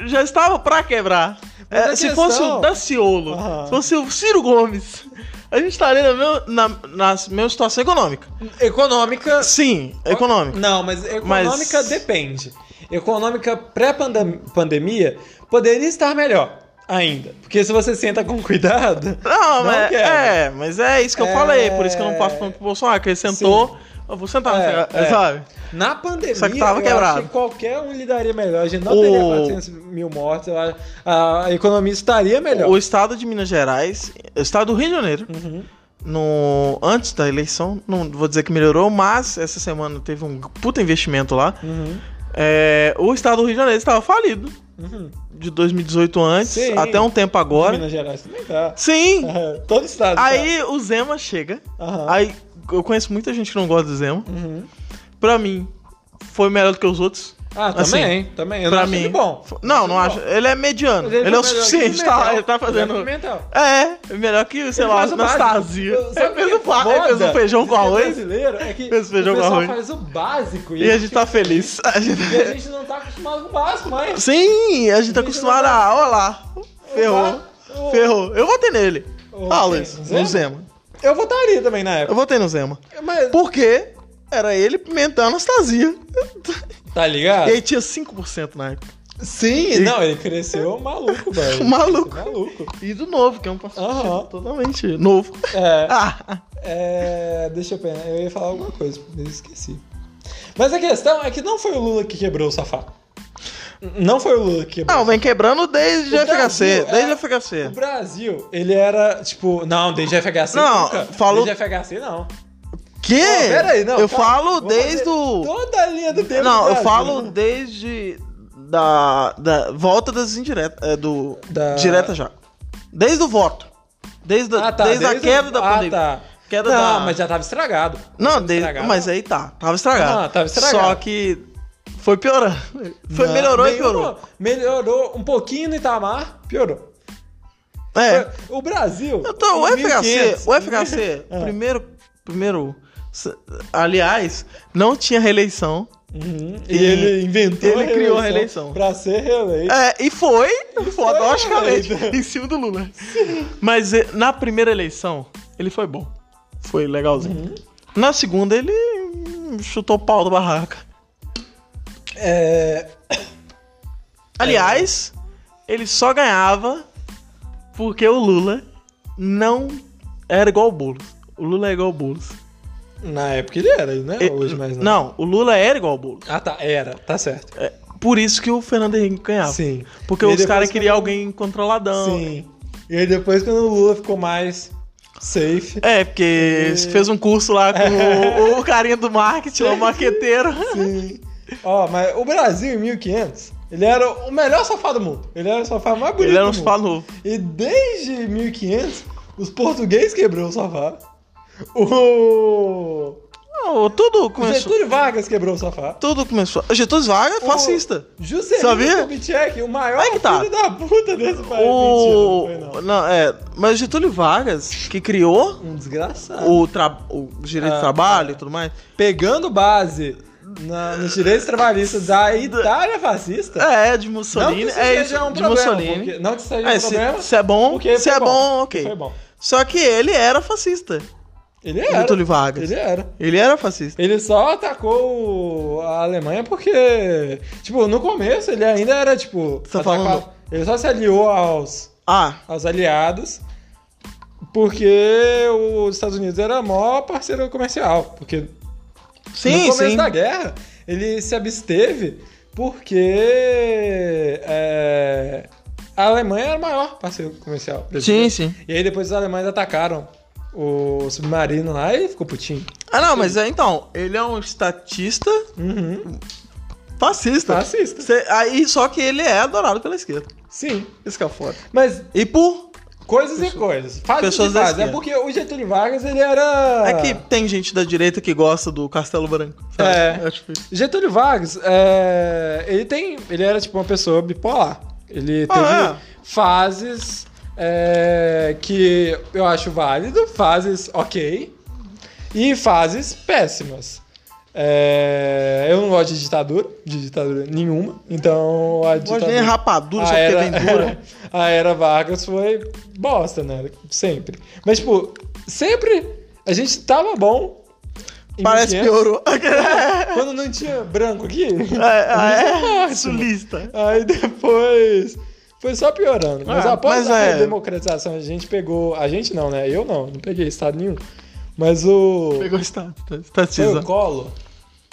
Speaker 2: já estava pra quebrar.
Speaker 1: Mas
Speaker 2: É,
Speaker 1: a
Speaker 2: se
Speaker 1: questão-
Speaker 2: fosse o Daciolo,
Speaker 1: Aham.
Speaker 2: se fosse o Ciro Gomes, a gente estaria na, meu- na, na mesma situação econômica.
Speaker 1: Econômica.
Speaker 2: Sim, econômica.
Speaker 1: Não, mas econômica
Speaker 2: Mas-
Speaker 1: depende. Econômica pré-pandemia poderia estar melhor ainda. Porque se você senta com cuidado. Não
Speaker 2: Não, mas,
Speaker 1: quebra.
Speaker 2: é, mas é isso que eu
Speaker 1: É.
Speaker 2: falei, por isso que eu não passo tanto pro Bolsonaro, que ele sentou, eu vou
Speaker 1: É,
Speaker 2: sentar, nessa-
Speaker 1: é.
Speaker 2: sabe?
Speaker 1: Na pandemia,
Speaker 2: Só que tava
Speaker 1: eu
Speaker 2: quebrado.
Speaker 1: acho que qualquer um lidaria melhor. A gente não
Speaker 2: O-
Speaker 1: teria 400 mil mortos. eu acho- A economia estaria melhor.
Speaker 2: O estado de Minas Gerais, o estado do Rio de Janeiro,
Speaker 1: Uhum.
Speaker 2: no antes da eleição, não vou dizer que melhorou, mas essa semana teve um puta investimento lá.
Speaker 1: Uhum.
Speaker 2: É, o estado do Rio de Janeiro estava falido
Speaker 1: uhum.
Speaker 2: de 2018 antes
Speaker 1: Sim.
Speaker 2: até um tempo agora.
Speaker 1: Minas Gerais também tá.
Speaker 2: Sim.
Speaker 1: Aham. Todo estado. tá.
Speaker 2: Aí o Zema chega.
Speaker 1: Aham.
Speaker 2: Aí eu conheço muita gente que não gosta do Zema.
Speaker 1: Uhum.
Speaker 2: Pra mim foi melhor do que os outros.
Speaker 1: Ah,
Speaker 2: Assim,
Speaker 1: também, também. Eu
Speaker 2: pra
Speaker 1: não acho
Speaker 2: mim.
Speaker 1: ele bom.
Speaker 2: Fo- Não, não acho. Ele é mediano. Ele, é o suficiente, tá? Ele tá fazendo É, é melhor que, sei lá, Anastasia. É, fez o pa- ele fez um feijão com arroz
Speaker 1: brasileiro é que
Speaker 2: Fez feijão
Speaker 1: o
Speaker 2: com
Speaker 1: pessoal
Speaker 2: arroz.
Speaker 1: faz o básico
Speaker 2: e a gente tá feliz. A gente-
Speaker 1: e a gente não tá acostumado com o básico, mas...
Speaker 2: Sim, a gente tá acostumado a. Olha lá. Ferrou.
Speaker 1: O-
Speaker 2: Ferrou. Eu votei nele.
Speaker 1: o-
Speaker 2: Ah, Luiz,
Speaker 1: quem? Zema?
Speaker 2: no Zema.
Speaker 1: Eu votaria também na
Speaker 2: Eu
Speaker 1: época.
Speaker 2: votei no Zema.
Speaker 1: Mas,
Speaker 2: Porque era ele pimentando Anastasia.
Speaker 1: tá ligado?
Speaker 2: E aí tinha 5% na época.
Speaker 1: Sim,
Speaker 2: e-
Speaker 1: não, ele cresceu maluco, velho.
Speaker 2: Maluco.
Speaker 1: Maluco.
Speaker 2: E do novo,
Speaker 1: Uhum.
Speaker 2: que é um partido
Speaker 1: Aham.
Speaker 2: totalmente novo.
Speaker 1: É,
Speaker 2: Ah,
Speaker 1: é, deixa eu pensar, eu ia falar alguma coisa, mas eu esqueci. Mas a questão é que não foi o Lula que quebrou o safado. Não foi o Lula que quebrou.
Speaker 2: não, vem quebrando desde
Speaker 1: O
Speaker 2: a FHC.
Speaker 1: Brasil
Speaker 2: Desde
Speaker 1: é-
Speaker 2: a FHC.
Speaker 1: O Brasil, ele era, tipo, não, desde FHC
Speaker 2: Não,
Speaker 1: nunca.
Speaker 2: falou-
Speaker 1: Desde FHC não.
Speaker 2: Que?
Speaker 1: Não, pera aí, não,
Speaker 2: eu
Speaker 1: calma.
Speaker 2: falo
Speaker 1: Vou
Speaker 2: desde
Speaker 1: fazer
Speaker 2: o.
Speaker 1: Toda a linha do tempo
Speaker 2: Não,
Speaker 1: do
Speaker 2: eu
Speaker 1: Brasil.
Speaker 2: falo desde. Da, da volta das indiretas. É, do.
Speaker 1: Da-
Speaker 2: Direta já. Desde o voto. Desde, a-
Speaker 1: Ah, tá,
Speaker 2: desde, a queda
Speaker 1: o-
Speaker 2: da
Speaker 1: ah,
Speaker 2: pandemia.
Speaker 1: tá.
Speaker 2: Queda
Speaker 1: não,
Speaker 2: da-
Speaker 1: mas já tava estragado.
Speaker 2: Não,
Speaker 1: Tava
Speaker 2: desde,
Speaker 1: estragado.
Speaker 2: mas aí tá. Tava estragado.
Speaker 1: Ah, tava estragado.
Speaker 2: Só que. Foi piorando. Foi,
Speaker 1: Não,
Speaker 2: melhorou e piorou.
Speaker 1: Melhorou um pouquinho no Itamar, piorou.
Speaker 2: É.
Speaker 1: O Brasil.
Speaker 2: Então, o
Speaker 1: em
Speaker 2: FHC,
Speaker 1: 1500,
Speaker 2: o FHC,
Speaker 1: Ah.
Speaker 2: primeiro, primeiro, s- aliás, não tinha reeleição.
Speaker 1: Uhum,
Speaker 2: E
Speaker 1: E ele inventou.
Speaker 2: ele
Speaker 1: a
Speaker 2: criou a reeleição.
Speaker 1: Pra ser reeleito.
Speaker 2: É, e foi, fodosticamente,
Speaker 1: eleito.
Speaker 2: em cima do Lula. Mas eh, na primeira eleição, ele foi bom. Foi legalzinho.
Speaker 1: Uhum.
Speaker 2: Na segunda, ele hum, chutou o pau da barraca.
Speaker 1: É,
Speaker 2: É. Aliás, ele só ganhava porque o Lula não era igual o Boulos. O Lula é igual o Boulos.
Speaker 1: na época ele era, né?
Speaker 2: E-
Speaker 1: Hoje mais não.
Speaker 2: Não, o Lula era igual o Boulos.
Speaker 1: Ah, tá, era, tá certo.
Speaker 2: É, por isso que o Fernando Henrique ganhava.
Speaker 1: Sim.
Speaker 2: Porque
Speaker 1: E
Speaker 2: os
Speaker 1: depois
Speaker 2: caras
Speaker 1: quando-
Speaker 2: queriam alguém controladão.
Speaker 1: Sim. E aí depois, quando o Lula ficou mais safe.
Speaker 2: É, porque fez um curso lá com o, o carinha do marketing, o marqueteiro.
Speaker 1: É. Sim. Ó, mas o Brasil em 1500, ele era o melhor sofá do mundo. Ele era o sofá mais bonito
Speaker 2: Ele era
Speaker 1: do
Speaker 2: um
Speaker 1: mundo.
Speaker 2: sofá novo.
Speaker 1: E desde 1500, os portugueses quebrou o sofá. O
Speaker 2: Não, tudo começou.
Speaker 1: Getúlio Vargas quebrou o sofá.
Speaker 2: Tudo começou. Getúlio Vargas é fascista.
Speaker 1: Juscelino
Speaker 2: Sabia?
Speaker 1: Kubitschek, o maior
Speaker 2: Aí que tá.
Speaker 1: filho da puta desse país.
Speaker 2: O...
Speaker 1: Mentira, Ah, é, não foi, não.
Speaker 2: Não, é. Mas Getúlio Vargas, que criou
Speaker 1: Um desgraçado.
Speaker 2: o, tra... o direito
Speaker 1: Ah,
Speaker 2: de trabalho e tudo mais.
Speaker 1: Pegando base na- nos direitos trabalhistas da Itália fascista.
Speaker 2: É, de
Speaker 1: Tá. Não que
Speaker 2: Mussolini.
Speaker 1: isso
Speaker 2: é
Speaker 1: seja
Speaker 2: isso,
Speaker 1: um
Speaker 2: de
Speaker 1: problema.
Speaker 2: Mussolini.
Speaker 1: porque- não que isso seja
Speaker 2: É,
Speaker 1: um problema.
Speaker 2: se, se é bom,
Speaker 1: porque
Speaker 2: se
Speaker 1: foi
Speaker 2: é bom,
Speaker 1: Foi
Speaker 2: ok.
Speaker 1: bom.
Speaker 2: Só que ele era fascista.
Speaker 1: Ele era.
Speaker 2: Getúlio Vargas.
Speaker 1: Ele era.
Speaker 2: Ele era fascista.
Speaker 1: Ele só atacou a Alemanha porque, tipo, no começo ele ainda era, tipo...
Speaker 2: Você tá
Speaker 1: atacava-
Speaker 2: falando-
Speaker 1: Ele só se aliou aos,
Speaker 2: Ah,
Speaker 1: aos aliados porque os Estados Unidos era o maior parceiro comercial. Porque
Speaker 2: sim,
Speaker 1: no começo
Speaker 2: sim.
Speaker 1: da guerra, ele se absteve porque é, a Alemanha era o maior parceiro comercial. deles.
Speaker 2: Sim, sim.
Speaker 1: E aí depois os alemães atacaram o submarino lá e ele ficou putinho.
Speaker 2: Ah, não, mas é, então, ele é um estatista
Speaker 1: Uhum.
Speaker 2: fascista.
Speaker 1: Fascista.
Speaker 2: Cê- aí, só que ele é adorado pela esquerda.
Speaker 1: Sim.
Speaker 2: Isso que é foda.
Speaker 1: Mas
Speaker 2: E por.
Speaker 1: coisas e coisas. Fazes
Speaker 2: pessoas
Speaker 1: e
Speaker 2: da
Speaker 1: fazes. É
Speaker 2: esquerda.
Speaker 1: porque o Getúlio Vargas, ele era...
Speaker 2: É que tem gente da direita que gosta do Castelo Branco. sabe?
Speaker 1: É.
Speaker 2: É tipo isso.
Speaker 1: Getúlio Vargas, é, ele tem, ele era tipo uma pessoa bipolar. Ele teve
Speaker 2: Ah,
Speaker 1: fases é, que eu acho válido, fases ok e fases péssimas. É, eu não gosto de ditadura, de ditadura nenhuma. Então a
Speaker 2: Não gosto
Speaker 1: ditadura Ah,
Speaker 2: nem rapadura, só porque vem dura.
Speaker 1: a era Vargas foi bosta, né? Sempre. Mas tipo, sempre a gente tava bom. em
Speaker 2: Parece
Speaker 1: 1500.
Speaker 2: piorou.
Speaker 1: É. Quando não tinha branco aqui.
Speaker 2: é, é,
Speaker 1: Ótimo.
Speaker 2: sulista.
Speaker 1: Aí depois foi só piorando. Mas
Speaker 2: É,
Speaker 1: após
Speaker 2: mas
Speaker 1: a
Speaker 2: é-
Speaker 1: democratização, a gente pegou. A gente não, né? Eu não, não peguei estado nenhum. Mas o.
Speaker 2: Pegou esta-
Speaker 1: foi o
Speaker 2: estatiza.
Speaker 1: Collor?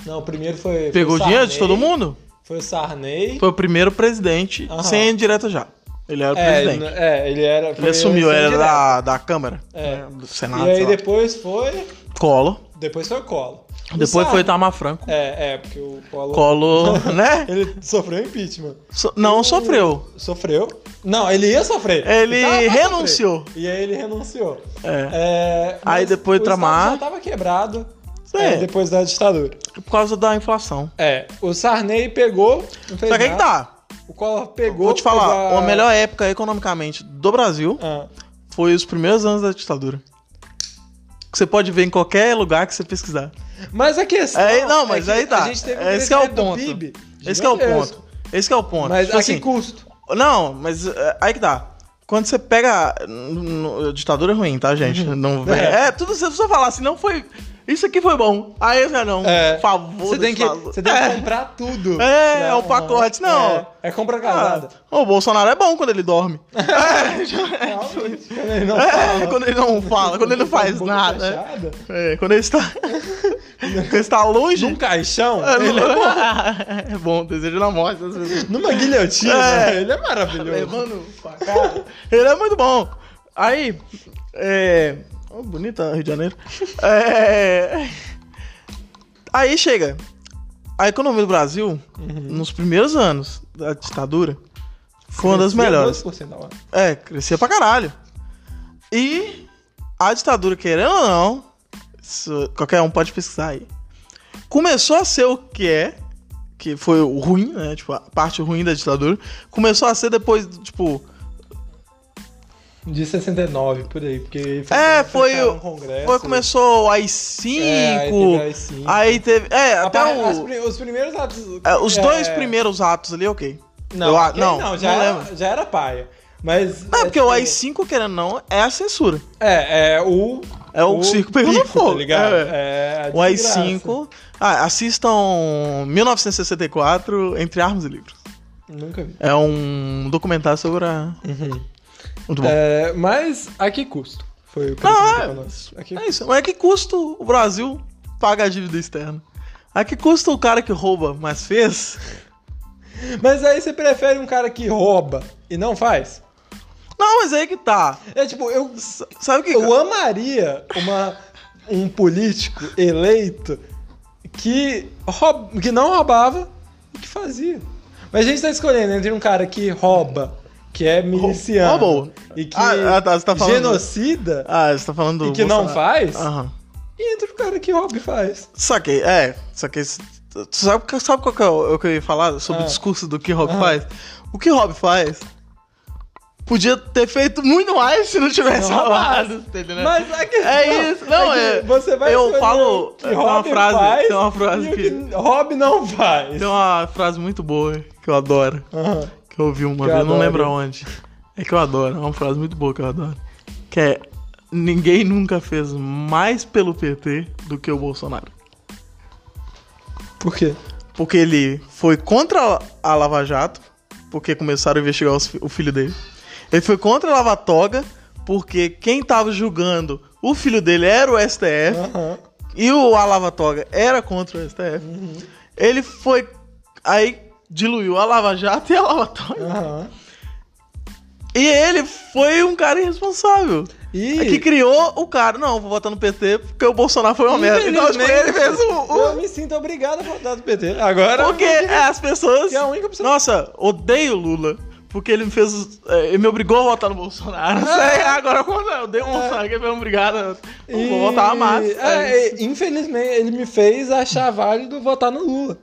Speaker 1: Não, o primeiro foi.
Speaker 2: Pegou
Speaker 1: foi o
Speaker 2: dinheiro de
Speaker 1: Sarney,
Speaker 2: todo mundo?
Speaker 1: Foi o Sarney.
Speaker 2: Foi o primeiro presidente
Speaker 1: Aham.
Speaker 2: sem direta já. Ele era o
Speaker 1: É,
Speaker 2: presidente.
Speaker 1: n- é, ele era.
Speaker 2: Ele
Speaker 1: foi
Speaker 2: assumiu,
Speaker 1: eleição
Speaker 2: era
Speaker 1: direta.
Speaker 2: da, da Câmara,
Speaker 1: É.
Speaker 2: né, do Senado,
Speaker 1: E aí
Speaker 2: sei lá.
Speaker 1: depois foi.
Speaker 2: Colo.
Speaker 1: Depois foi o Collor. O
Speaker 2: Depois foi
Speaker 1: Sarney-
Speaker 2: Itamar Franco.
Speaker 1: É, é, porque o Collor.
Speaker 2: Colo, né?
Speaker 1: Ele sofreu impeachment.
Speaker 2: So- não sofreu.
Speaker 1: Sofreu. Não, ele ia sofrer.
Speaker 2: Ele
Speaker 1: tava pra
Speaker 2: renunciou.
Speaker 1: sofrer. E aí ele renunciou.
Speaker 2: É.
Speaker 1: É,
Speaker 2: Aí
Speaker 1: mas
Speaker 2: depois
Speaker 1: o Estado
Speaker 2: Tramar.
Speaker 1: já tava quebrado
Speaker 2: É.
Speaker 1: é, depois da ditadura.
Speaker 2: Por causa da inflação.
Speaker 1: É, o Sarney pegou. Não fez
Speaker 2: Só que aí que
Speaker 1: nada.
Speaker 2: tá.
Speaker 1: O Collor pegou.
Speaker 2: Vou te falar,
Speaker 1: pegou
Speaker 2: a melhor época economicamente do Brasil
Speaker 1: Ah,
Speaker 2: foi os primeiros anos da ditadura. Que você pode ver em qualquer lugar que você pesquisar.
Speaker 1: Mas a questão.
Speaker 2: Aí, não, mas
Speaker 1: é que
Speaker 2: aí tá.
Speaker 1: A gente teve um
Speaker 2: Esse é o
Speaker 1: crescimento do
Speaker 2: ponto.
Speaker 1: PIB
Speaker 2: Esse que é o
Speaker 1: gigantesco.
Speaker 2: ponto. Esse que é o ponto.
Speaker 1: Mas
Speaker 2: Tipo
Speaker 1: a
Speaker 2: assim,
Speaker 1: que custo?
Speaker 2: Não, mas é, aí que tá. Quando você pega. n- n- ditadura é ruim, tá, gente? Não, é.
Speaker 1: É.
Speaker 2: tudo você precisa falar, se não foi. Isso aqui foi bom. Aí eu já não.
Speaker 1: É.
Speaker 2: Por favor,
Speaker 1: Você tem que,
Speaker 2: desfaz-
Speaker 1: você tem que
Speaker 2: É.
Speaker 1: comprar tudo.
Speaker 2: É,
Speaker 1: pra
Speaker 2: é o pacote, não.
Speaker 1: É, é compra
Speaker 2: Ah,
Speaker 1: casada.
Speaker 2: o Bolsonaro é bom quando ele dorme. é, já-
Speaker 1: Realmente, quando ele não fala,
Speaker 2: é, quando ele não fala, quando ele não faz
Speaker 1: tá boca
Speaker 2: nada.
Speaker 1: fechada,
Speaker 2: É, quando ele está. quando ele está longe.
Speaker 1: Num caixão,
Speaker 2: É,
Speaker 1: ele-
Speaker 2: não- é bom, desejo na morte. às vezes.
Speaker 1: numa guilhotina,
Speaker 2: É.
Speaker 1: ele é maravilhoso.
Speaker 2: Levando facada. Ele é muito bom. Aí. É. Oh, bonita Rio de Janeiro. É. Aí chega. A economia do Brasil, nos primeiros anos da ditadura, foi uma das melhores.
Speaker 1: 12% ao ano.
Speaker 2: É, crescia pra caralho. E a ditadura, querendo ou não, isso qualquer um pode pesquisar aí, começou a ser o que é, que foi o ruim, né? Tipo, a parte ruim da ditadura, começou a ser depois, tipo,
Speaker 1: De 69, por aí, porque... ele foi-
Speaker 2: É, foi
Speaker 1: fecharam
Speaker 2: o-
Speaker 1: um congresso,
Speaker 2: foi, começou o AI-5,
Speaker 1: É, aí teve
Speaker 2: aí,
Speaker 1: AI-5.
Speaker 2: teve, é, até
Speaker 1: Apare-
Speaker 2: o-
Speaker 1: as pri- os primeiros atos...
Speaker 2: é, os dois
Speaker 1: é,
Speaker 2: primeiros atos ali, ok.
Speaker 1: Não,
Speaker 2: Eu a-
Speaker 1: aquele
Speaker 2: não, é
Speaker 1: não, já,
Speaker 2: não
Speaker 1: era,
Speaker 2: lembro.
Speaker 1: já era paia. Mas...
Speaker 2: Não, é porque o
Speaker 1: tipo,
Speaker 2: AI-5, querendo ou não, é a censura.
Speaker 1: É, é o...
Speaker 2: É o circo pegando
Speaker 1: pico,
Speaker 2: fogo,
Speaker 1: Tá ligado?
Speaker 2: é.
Speaker 1: É a
Speaker 2: O
Speaker 1: desgraça.
Speaker 2: AI-5. Ah, assistam 1964, Entre Armas e Livros.
Speaker 1: Nunca vi. Uhum.
Speaker 2: É um documentário sobre a... Muito bom. É,
Speaker 1: É, mas a que custo? Foi o que
Speaker 2: Não, é-
Speaker 1: A que
Speaker 2: isso. Mas a que custo o Brasil paga a dívida externa? A que custa o cara que rouba, mas fez?
Speaker 1: Mas aí você prefere um cara que rouba e não faz?
Speaker 2: Não, mas aí que tá.
Speaker 1: É tipo, eu,
Speaker 2: S- Sabe o que...
Speaker 1: eu amaria uma, um político eleito que, roub, que não roubava e que fazia. Mas a gente tá escolhendo entre um cara que rouba, que é miliciano,
Speaker 2: Roubou.
Speaker 1: e que
Speaker 2: Ah, ah, tá, você tá falando-
Speaker 1: genocida,
Speaker 2: Ah, você tá falando do
Speaker 1: e que não
Speaker 2: Bolsonaro.
Speaker 1: faz,
Speaker 2: Aham.
Speaker 1: e entre o cara que rouba e faz.
Speaker 2: Saquei, é, saquei. Tu sabe, sabe qual que é o, o que eu ia falar sobre
Speaker 1: Ah.
Speaker 2: o discurso do que Rob
Speaker 1: Ah.
Speaker 2: faz? O que Rob faz podia ter feito muito mais se não tivesse
Speaker 1: Não tá
Speaker 2: roubado,
Speaker 1: roubasse.
Speaker 2: entendeu?
Speaker 1: Mas a questão
Speaker 2: É isso, não,
Speaker 1: que
Speaker 2: é-
Speaker 1: Você vai
Speaker 2: eu
Speaker 1: escolher
Speaker 2: falo-
Speaker 1: o que
Speaker 2: tem uma
Speaker 1: Rob
Speaker 2: frase-
Speaker 1: faz
Speaker 2: tem uma frase
Speaker 1: e o
Speaker 2: que-
Speaker 1: Rob não faz.
Speaker 2: Tem uma frase muito boa que eu adoro,
Speaker 1: Aham.
Speaker 2: que eu ouvi uma
Speaker 1: Que eu
Speaker 2: vez, eu não
Speaker 1: adoro.
Speaker 2: lembro aonde. É que eu adoro, é uma frase muito boa que eu adoro. Que é: Ninguém nunca fez mais pelo PT do que o Bolsonaro.
Speaker 1: Por quê?
Speaker 2: Porque ele foi contra a Lava Jato, porque começaram a investigar os fi- o filho dele. Ele foi contra a Lava Toga, porque quem tava julgando o filho dele era o STF,
Speaker 1: Aham.
Speaker 2: e o a Lava Toga era contra o STF. Ele foi. Aí diluiu a Lava Jato e a Lava Toga.
Speaker 1: Aham.
Speaker 2: E ele foi um cara irresponsável. É
Speaker 1: E
Speaker 2: Que criou o cara. Não, vou votar no PT porque o Bolsonaro foi uma merda. Então, tipo, ele
Speaker 1: Infelizmente,
Speaker 2: fez o- o,
Speaker 1: eu me sinto obrigado a votar do PT. Agora
Speaker 2: Porque as pessoas.
Speaker 1: Que é a única opção.
Speaker 2: Nossa, odeio o Lula. Porque ele me fez. eh, Ele me obrigou a votar no
Speaker 1: Ah.
Speaker 2: Bolsonaro. Sei, agora quando eu dei o Bolsonaro, que ele foi obrigado. Eu
Speaker 1: é. E-
Speaker 2: Vou votar mais.
Speaker 1: É, e, infelizmente, ele me fez achar válido votar no Lula.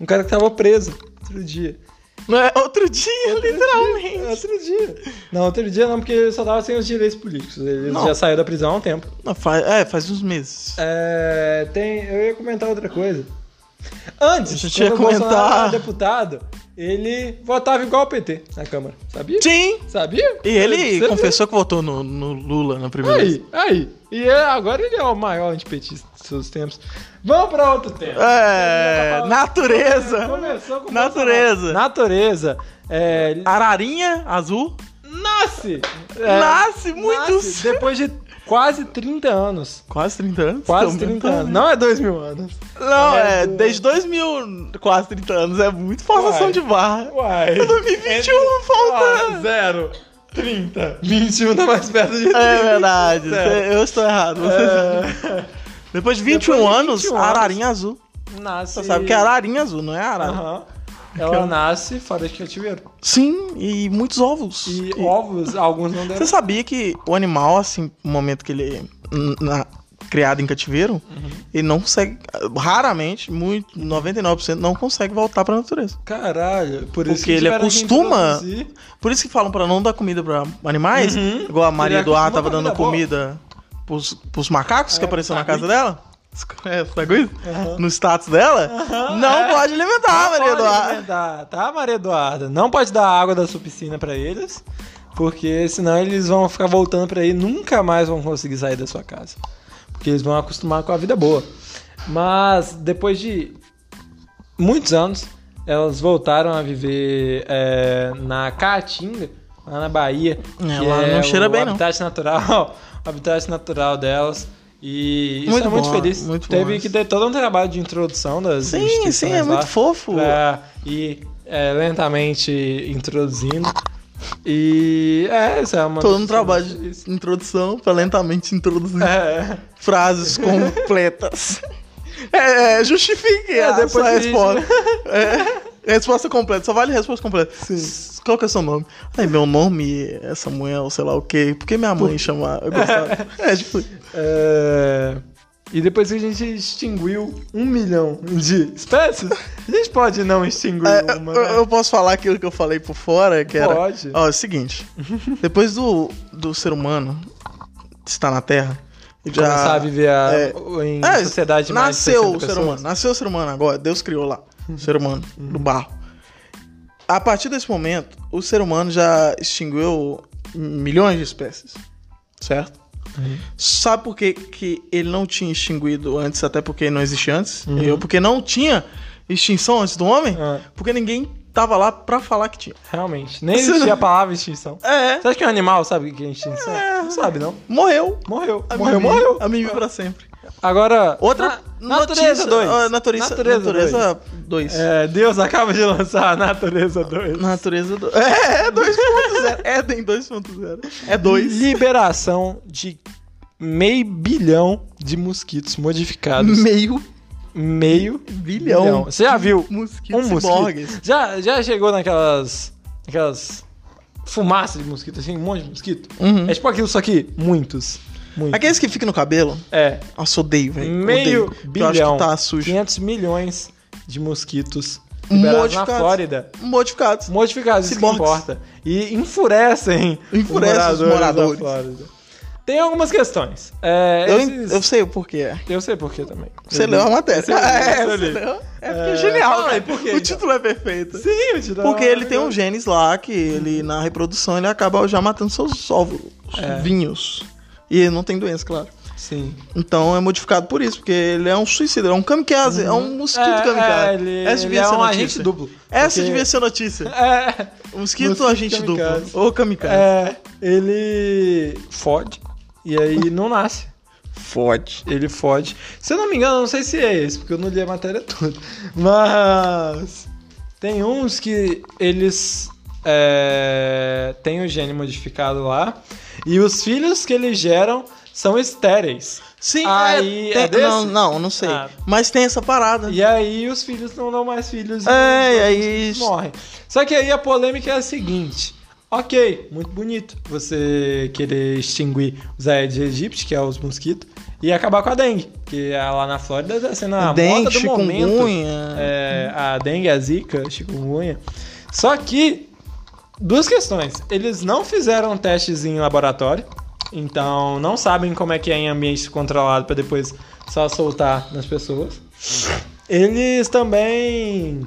Speaker 1: Um cara que tava preso outro dia. É,
Speaker 2: Não é outro dia, literalmente.
Speaker 1: Outro dia. Não, outro dia não, porque ele só tava sem os direitos políticos. Ele
Speaker 2: Não.
Speaker 1: já saiu da prisão há um tempo.
Speaker 2: Não, faz, é, faz uns meses.
Speaker 1: É, tem, eu ia comentar outra coisa. Antes,
Speaker 2: Você
Speaker 1: quando
Speaker 2: tinha
Speaker 1: o Bolsonaro
Speaker 2: comentar.
Speaker 1: era deputado, ele votava igual o PT na Câmara. Sabia?
Speaker 2: Sim!
Speaker 1: Sabia?
Speaker 2: E ele
Speaker 1: Você
Speaker 2: confessou que votou no, no Lula na
Speaker 1: viu?
Speaker 2: primeira vez.
Speaker 1: Aí, aí. E é- agora ele é o maior antipetista dos seus tempos. Vamos pra outro tema. tá
Speaker 2: É. Natureza!
Speaker 1: Começou com o
Speaker 2: Natureza.
Speaker 1: Bolsonaro. Natureza. É,
Speaker 2: Ararinha azul
Speaker 1: nasce! É,
Speaker 2: nasce muito
Speaker 1: nasce
Speaker 2: cedo.
Speaker 1: Depois de Quase 30 anos.
Speaker 2: Quase 30 anos?
Speaker 1: Quase
Speaker 2: Também
Speaker 1: 30
Speaker 2: tá-
Speaker 1: anos. Não é 2 mil anos.
Speaker 2: Não, é,
Speaker 1: É, do-
Speaker 2: desde 2000, quase 30 anos. É muito forçação
Speaker 1: Uai. É
Speaker 2: de barra. É
Speaker 1: Uai.
Speaker 2: 2021 falta.
Speaker 1: Ah, zero. 30. 21 tá mais perto de 30.
Speaker 2: É verdade.
Speaker 1: Sério.
Speaker 2: cê- Eu estou errado. você- Depois de 21
Speaker 1: É. Depois de
Speaker 2: anos,
Speaker 1: 21
Speaker 2: ararinha azul.
Speaker 1: Nasce.
Speaker 2: Você sabe que é ararinha azul, não é arara.
Speaker 1: Aham. Ela nasce fora de cativeiro.
Speaker 2: Sim, e muitos ovos.
Speaker 1: E ovos, né? alguns não deram.
Speaker 2: Você sabia que o animal, assim, no momento que ele é n- na- criado em cativeiro,
Speaker 1: Uhum.
Speaker 2: ele não consegue, raramente, muito, 99% não consegue voltar pra natureza.
Speaker 1: Caralho, por isso
Speaker 2: Porque
Speaker 1: que
Speaker 2: ele
Speaker 1: tiveram que
Speaker 2: acostuma-
Speaker 1: introduzir.
Speaker 2: Por isso que falam pra não dar comida pra animais,
Speaker 1: Uhum.
Speaker 2: igual a Maria
Speaker 1: Ele
Speaker 2: Eduardo
Speaker 1: acostuma
Speaker 2: tava
Speaker 1: com a
Speaker 2: dando
Speaker 1: comida
Speaker 2: comida pros, pros macacos que
Speaker 1: É,
Speaker 2: apareceu na
Speaker 1: saguis.
Speaker 2: casa dela. Você conhece o saguis?
Speaker 1: Aham.
Speaker 2: No status dela, não
Speaker 1: é.
Speaker 2: pode alimentar, Maria
Speaker 1: pode
Speaker 2: Eduarda.
Speaker 1: alimentar, tá, Maria Eduarda? Não pode dar água da sua piscina pra eles, porque senão eles vão ficar voltando pra aí e nunca mais vão conseguir sair da sua casa. Porque eles vão acostumar com a vida boa. Mas depois de muitos anos, elas voltaram a viver é, na Caatinga, lá na Bahia.
Speaker 2: É,
Speaker 1: que
Speaker 2: lá
Speaker 1: é
Speaker 2: não cheira
Speaker 1: o
Speaker 2: bem, não.
Speaker 1: habitat natural, o habitat natural delas. E isso
Speaker 2: Muito
Speaker 1: é muito
Speaker 2: bom,
Speaker 1: feliz.
Speaker 2: muito bom
Speaker 1: Teve
Speaker 2: isso.
Speaker 1: que ter todo um trabalho de introdução das
Speaker 2: Sim,
Speaker 1: instituições
Speaker 2: sim, é
Speaker 1: lá
Speaker 2: muito fofo.
Speaker 1: pra ir é, lentamente introduzindo. E é, isso é uma.
Speaker 2: Todo um
Speaker 1: das-
Speaker 2: trabalho de introdução pra lentamente introduzir
Speaker 1: É,
Speaker 2: frases completas. É, é, justifique
Speaker 1: É,
Speaker 2: a
Speaker 1: depois
Speaker 2: sua
Speaker 1: dirige,
Speaker 2: resposta. É, resposta completa, só vale resposta completa. S- Qual que é o seu nome? Ai, meu nome é Samuel, sei lá o quê. Por que minha mãe chama. Eu gostava. É, tipo,
Speaker 1: é. E depois que a gente extinguiu um milhão de espécies, a gente pode não extinguir
Speaker 2: é,
Speaker 1: uma.
Speaker 2: eu,
Speaker 1: né?
Speaker 2: eu posso falar aquilo que eu falei por fora, que era.
Speaker 1: Pode.
Speaker 2: Ó, é o seguinte. Depois do, do ser humano estar na Terra, ele já.
Speaker 1: Começar a viver a-
Speaker 2: é,
Speaker 1: em
Speaker 2: É,
Speaker 1: sociedade de mais de
Speaker 2: nasceu
Speaker 1: 60
Speaker 2: o ser
Speaker 1: pessoas. Uhum.
Speaker 2: humano, nasceu o ser humano agora, Deus criou lá, o ser humano do barro. A partir desse momento, o ser humano já extinguiu milhões de espécies, certo? Sabe por que, que ele não tinha extinguido antes, até porque não existia antes? Eu, porque não tinha extinção antes do homem?
Speaker 1: Uhum. Ah.
Speaker 2: Porque ninguém tava lá pra falar que tinha.
Speaker 1: Realmente. Nem existia a palavra extinção.
Speaker 2: É,
Speaker 1: Você acha que um animal sabe o que é extinção? Não sabe, não.
Speaker 2: morreu.
Speaker 1: Morreu.
Speaker 2: A
Speaker 1: morreu,
Speaker 2: mimi-
Speaker 1: morreu.
Speaker 2: A mim pra sempre.
Speaker 1: Agora.
Speaker 2: Outra
Speaker 1: na-
Speaker 2: notícia-
Speaker 1: Natureza 2.
Speaker 2: ah, Natureza, natureza,
Speaker 1: dois.
Speaker 2: 2.
Speaker 1: É, Deus acaba de lançar a Natureza 2.
Speaker 2: Natureza do... É, é 2.0. Éden 2.0. É 2.
Speaker 1: Liberação de meio bilhão de mosquitos modificados.
Speaker 2: Meio
Speaker 1: Meio
Speaker 2: bilhão.
Speaker 1: Você já viu
Speaker 2: Mosquitos
Speaker 1: um
Speaker 2: ciborgues.
Speaker 1: mosquito? Já, já chegou naquelas. Aquelas fumaças de mosquito, assim, um monte de mosquito?
Speaker 2: Uhum.
Speaker 1: É tipo aquilo, só que muitos. Muitos.
Speaker 2: Aqueles que ficam no cabelo.
Speaker 1: É.
Speaker 2: Nossa, odeio, velho.
Speaker 1: Meio
Speaker 2: odeio. Eu acho
Speaker 1: bilhão.
Speaker 2: que tá sujo.
Speaker 1: 500 milhões de mosquitos liberados na
Speaker 2: Modificados.
Speaker 1: Flórida.
Speaker 2: Modificados.
Speaker 1: modificados, isso que
Speaker 2: Ciborgues.
Speaker 1: importa. E enfurecem,
Speaker 2: Enfurecem os
Speaker 1: os moradores.
Speaker 2: moradores.
Speaker 1: da Flórida. Tem algumas questões. É,
Speaker 2: Eu,
Speaker 1: esses-
Speaker 2: eu sei o porquê. é.
Speaker 1: eu sei porquê também.
Speaker 2: Você
Speaker 1: Eu-
Speaker 2: leu a matéria.
Speaker 1: Você leu,
Speaker 2: é,
Speaker 1: você
Speaker 2: você
Speaker 1: leu.
Speaker 2: leu. É porque
Speaker 1: É,
Speaker 2: é genial.
Speaker 1: fala aí,
Speaker 2: cara.
Speaker 1: por quê, tá
Speaker 2: o
Speaker 1: então?
Speaker 2: título é perfeito.
Speaker 1: Sim, eu te dou
Speaker 2: Porque
Speaker 1: uma-
Speaker 2: ele tem um uns genes lá que ele, na reprodução, ele acaba já matando seus óvulos,
Speaker 1: É.
Speaker 2: vinhos. E ele não tem doença, claro.
Speaker 1: Sim.
Speaker 2: Então é modificado por isso, porque ele é um suicida, é um kamikaze, é um mosquito
Speaker 1: É,
Speaker 2: kamikaze.
Speaker 1: é, ele-
Speaker 2: Essa
Speaker 1: ele
Speaker 2: devia
Speaker 1: é
Speaker 2: ser
Speaker 1: um
Speaker 2: notícia.
Speaker 1: agente duplo,
Speaker 2: Essa
Speaker 1: porque-
Speaker 2: devia ser notícia. Um
Speaker 1: É,
Speaker 2: Mosquito,
Speaker 1: Mosquito
Speaker 2: ou agente
Speaker 1: kamikaze.
Speaker 2: duplo? Ou kamikaze.
Speaker 1: é, ele fode e aí não nasce.
Speaker 2: Fode.
Speaker 1: Ele fode. Se eu não me engano, eu não sei se é esse, porque eu não li a matéria toda. Mas tem uns que eles é, têm o gene modificado lá e os filhos que eles geram são estéreis.
Speaker 2: Sim,
Speaker 1: Aí,
Speaker 2: é, tem-
Speaker 1: é desse?
Speaker 2: Não, não, não sei.
Speaker 1: Ah.
Speaker 2: Mas tem essa parada.
Speaker 1: E aí os filhos não dão mais filhos e
Speaker 2: né? É, e
Speaker 1: os
Speaker 2: aí.
Speaker 1: morrem. Só que aí a polêmica é a seguinte. Ok, muito bonito você querer extinguir os Aedes aegypti, que é os mosquitos, e acabar com a dengue, que é lá na Flórida tá sendo a moda
Speaker 2: Dente,
Speaker 1: do momento.
Speaker 2: chikungunya.
Speaker 1: É, a dengue, a zika, a chikungunya. Só que, duas questões. Eles não fizeram testes em laboratório, então não sabem como é que é em ambiente controlado para depois só soltar nas pessoas. Eles também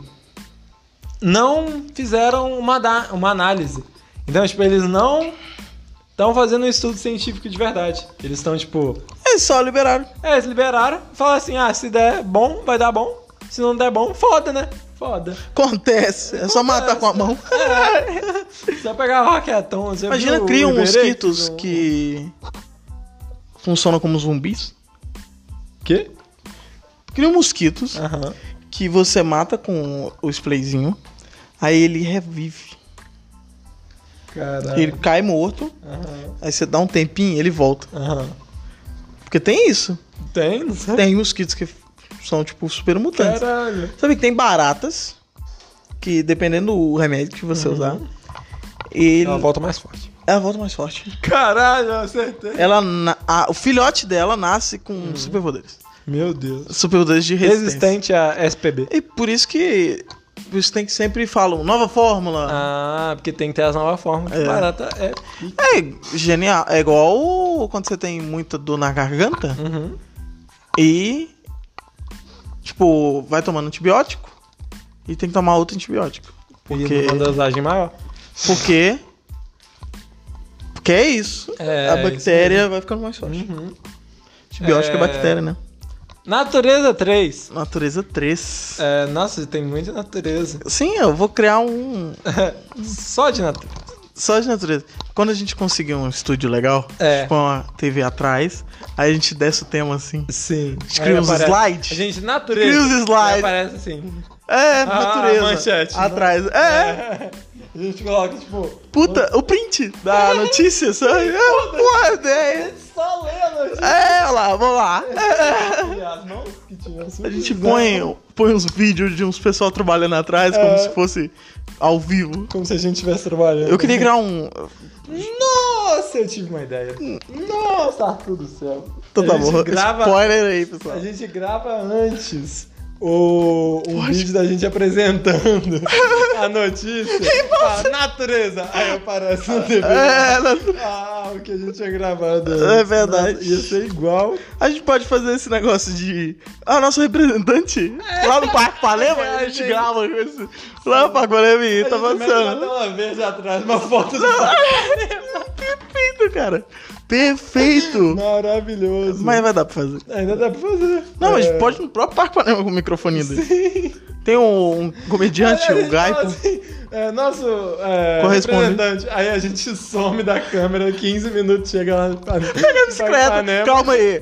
Speaker 1: não fizeram uma, da- uma análise. Então, tipo, eles não estão fazendo um estudo científico de verdade. Eles estão, tipo,
Speaker 2: Eles só liberaram.
Speaker 1: é, eles liberaram, falaram assim: ah, se der bom, vai dar bom. Se não der bom, foda, né? Foda.
Speaker 2: Acontece. É só matar com a mão.
Speaker 1: Só pegar o raquetão. Você
Speaker 2: Imagina,
Speaker 1: viu o
Speaker 2: criam
Speaker 1: Iberê um-
Speaker 2: mosquitos
Speaker 1: não-
Speaker 2: que. funcionam como zumbis.
Speaker 1: Quê?
Speaker 2: Criam mosquitos
Speaker 1: Aham.
Speaker 2: que você mata com o sprayzinho. Aí ele revive.
Speaker 1: Caralho.
Speaker 2: Ele cai morto.
Speaker 1: Aham.
Speaker 2: Aí você dá um tempinho e ele volta.
Speaker 1: Aham.
Speaker 2: Porque tem isso.
Speaker 1: Tem? Não sei.
Speaker 2: Tem mosquitos que são, tipo, super mutantes.
Speaker 1: Caralho.
Speaker 2: Sabe que tem baratas, que dependendo do remédio que você usar, ele...
Speaker 1: Ela É
Speaker 2: ela Uhum. É volta,
Speaker 1: volta mais forte.
Speaker 2: mais forte.
Speaker 1: Caralho, eu acertei.
Speaker 2: Ela, na- a- o filhote dela nasce com superpoderes.
Speaker 1: Meu Deus.
Speaker 2: Superpoderes de Uhum. resistência.
Speaker 1: Resistente a SPB.
Speaker 2: E por isso que por isso tem que sempre falam, nova fórmula.
Speaker 1: Ah, porque tem que ter as novas formas.
Speaker 2: É.
Speaker 1: Barata é.
Speaker 2: É genial. É igual quando você tem muita dor na garganta
Speaker 1: Uhum.
Speaker 2: e, tipo, vai tomando antibiótico e tem que tomar outro antibiótico.
Speaker 1: Porque... E manda dosagem maior.
Speaker 2: Porque. Porque é isso.
Speaker 1: É,
Speaker 2: a
Speaker 1: isso Hum.
Speaker 2: bactéria vai ficando mais forte.
Speaker 1: Uhum.
Speaker 2: Antibiótico é...
Speaker 1: É.
Speaker 2: bactéria, né?
Speaker 1: Natureza 3.
Speaker 2: Natureza 3.
Speaker 1: É, nossa, tem muita natureza.
Speaker 2: Sim, eu vou criar um.
Speaker 1: Só de natureza.
Speaker 2: Só de natureza. Quando a gente conseguir um estúdio legal,
Speaker 1: É.
Speaker 2: tipo uma TV atrás, aí a gente desce o tema assim.
Speaker 1: Sim.
Speaker 2: Escreve uns slides.
Speaker 1: Gente, natureza.
Speaker 2: Cria uns slides.
Speaker 1: Aí Aparece assim.
Speaker 2: É,
Speaker 1: Ah,
Speaker 2: natureza.
Speaker 1: manchete, né?
Speaker 2: atrás. É,
Speaker 1: A gente coloca, tipo,
Speaker 2: puta, o print da notícia, sabe? É, boa ideia.
Speaker 1: só lendo
Speaker 2: É, olha lá, vamos lá. É.
Speaker 1: e as mãos que tinham
Speaker 2: A gente põe, põe uns vídeos de uns pessoal trabalhando atrás, como
Speaker 1: É.
Speaker 2: se fosse ao vivo.
Speaker 1: Como se a gente estivesse trabalhando.
Speaker 2: um- Eu queria criar um.
Speaker 1: Nossa, eu tive uma ideia. Nossa, Arthur do céu.
Speaker 2: Então tá
Speaker 1: a gente
Speaker 2: bom,
Speaker 1: grava,
Speaker 2: spoiler aí,
Speaker 1: A
Speaker 2: pessoal.
Speaker 1: gente grava antes o, o vídeo da gente apresentando a notícia. A natureza. Aí aparece um no TV.
Speaker 2: É, nós-
Speaker 1: Ah, o que a gente tinha gravado. antes.
Speaker 2: É verdade.
Speaker 1: Nossa, ia ser igual.
Speaker 2: a gente pode fazer esse negócio de. Ah, nosso representante lá no Parque Palema,
Speaker 1: É,
Speaker 2: a gente
Speaker 1: gente.
Speaker 2: grava com esse. Lá no Parque Palema e tá
Speaker 1: a gente mete até
Speaker 2: passando.
Speaker 1: uma vez atrás, uma foto do...
Speaker 2: Perfeito, cara. Perfeito.
Speaker 1: Maravilhoso.
Speaker 2: Mas vai dar pra fazer.
Speaker 1: Ainda dá pra fazer.
Speaker 2: Não, mas
Speaker 1: É.
Speaker 2: pode no próprio Parque Palema com o microfone dele.
Speaker 1: Sim. É,
Speaker 2: Tem um, um comediante,
Speaker 1: Aí a
Speaker 2: o
Speaker 1: gente fala
Speaker 2: Gaipo.
Speaker 1: assim, é, nosso é,
Speaker 2: Correspondente.
Speaker 1: representante. Aí a gente some da câmera, 15 minutos, chega lá.
Speaker 2: Pega
Speaker 1: Pega
Speaker 2: a bicicleta, calma aí.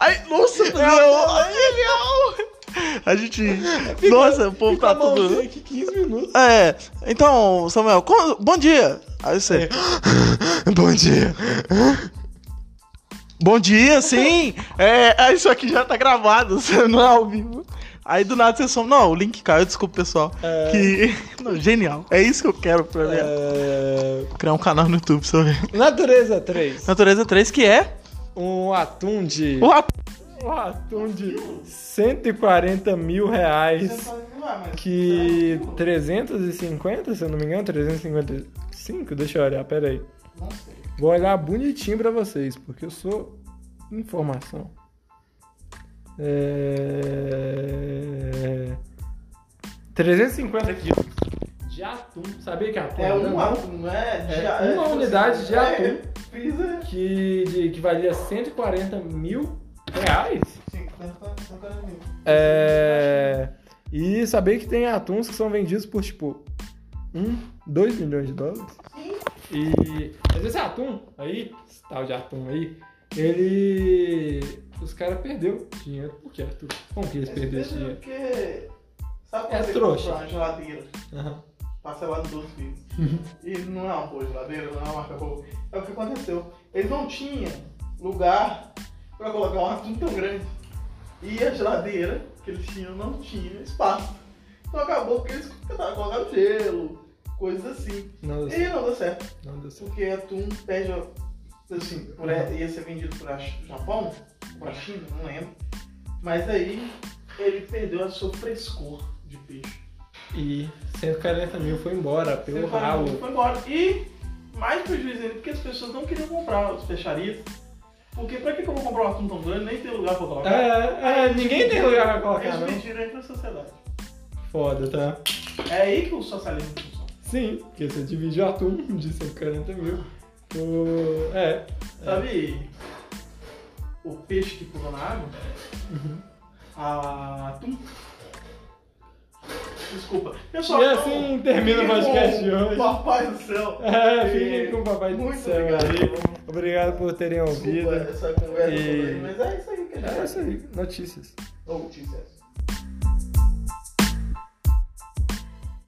Speaker 2: Aí, nossa,
Speaker 1: É
Speaker 2: não, genial. A gente. Nossa, o povo tá tudo.
Speaker 1: Aqui, 15 minutos.
Speaker 2: É, então, Samuel, como- bom dia. Aí você. Bom dia. Bom dia, sim. É, é, isso aqui já tá gravado, você não é ao vivo. Aí do nada você some. Não, o link caiu, desculpa, pessoal.
Speaker 1: É.
Speaker 2: Que. Não, genial. É isso que eu quero pra mim.
Speaker 1: É,
Speaker 2: Criar um canal no YouTube sobre.
Speaker 1: Natureza 3.
Speaker 2: Natureza 3, que é.
Speaker 1: Um atum de.
Speaker 2: O rap-
Speaker 1: Um atum de 140 mil reais. Que 350, se eu não me engano, 355? Deixa eu olhar, pera aí.
Speaker 4: Não sei.
Speaker 1: Vou olhar bonitinho pra vocês, porque eu sou informação. É... 350 quilos de atum. Sabia que atum
Speaker 4: É
Speaker 1: né?
Speaker 4: um álbum, não é?
Speaker 1: É
Speaker 4: Já-
Speaker 1: uma
Speaker 4: tipo
Speaker 1: unidade
Speaker 4: assim,
Speaker 1: de
Speaker 4: é,
Speaker 1: atum.
Speaker 4: Precisa.
Speaker 1: que, de- que valia 140 mil reais.
Speaker 4: Sim, tá- tá- tá ali.
Speaker 1: É... E saber que tem atuns que são vendidos por tipo 1, 2 milhões de dólares. E mas esse atum aí, esse tal de atum aí, ele. Os caras perdeu dinheiro. Por que, Arthur? Como que eles perderam esse dinheiro?
Speaker 4: Porque. Sabe
Speaker 1: É
Speaker 4: quando você
Speaker 1: trouxa.
Speaker 4: compra uma geladeira?
Speaker 1: Aham.
Speaker 4: parcelado em 12 vezes.
Speaker 1: Uhum.
Speaker 4: e não é uma boa geladeira, não é uma marca boa. É o que aconteceu. Eles não tinham lugar pra colocar um atum tão grande. E a geladeira que eles tinham não tinha espaço. Então acabou que eles colocaram gelo, coisas assim.
Speaker 1: Não deu
Speaker 4: E
Speaker 1: certo.
Speaker 4: não deu certo,
Speaker 1: Não deu certo.
Speaker 4: porque atum é, pede, assim, por, ia ser vendido para Japão, para China, não lembro. Mas aí ele perdeu a sua frescor de peixe.
Speaker 1: E 140 mil foi embora pelo
Speaker 4: Você fala,
Speaker 1: ralo.
Speaker 4: Foi embora. E mais prejuízo ainda, porque as pessoas não queriam comprar as peixarias. Porque pra que que eu vou comprar um atum tão grande? Nem tem lugar pra colocar.
Speaker 1: É, é, ninguém tem lugar pra colocar, né?
Speaker 4: Eles
Speaker 1: não.
Speaker 4: vendiram entre a sociedade.
Speaker 1: Foda, tá?
Speaker 4: É aí que o socialismo funciona.
Speaker 1: Sim, porque você divide o atum de 140 mil por. É.
Speaker 4: Sabe o peixe que
Speaker 1: Uhum.
Speaker 4: pula na água? A atum?
Speaker 2: Desculpa. Pessoal, então,
Speaker 1: E assim termina o podcast de hoje.
Speaker 2: Papai do céu.
Speaker 1: É, fiquem com o papai do
Speaker 2: Muito
Speaker 1: céu
Speaker 2: obrigado.
Speaker 1: aí. Obrigado por terem
Speaker 2: Desculpa
Speaker 1: ouvido.
Speaker 2: essa conversa,
Speaker 1: E-
Speaker 2: mas é isso aí que a gente
Speaker 1: É isso aí, notícias.
Speaker 2: Notícias.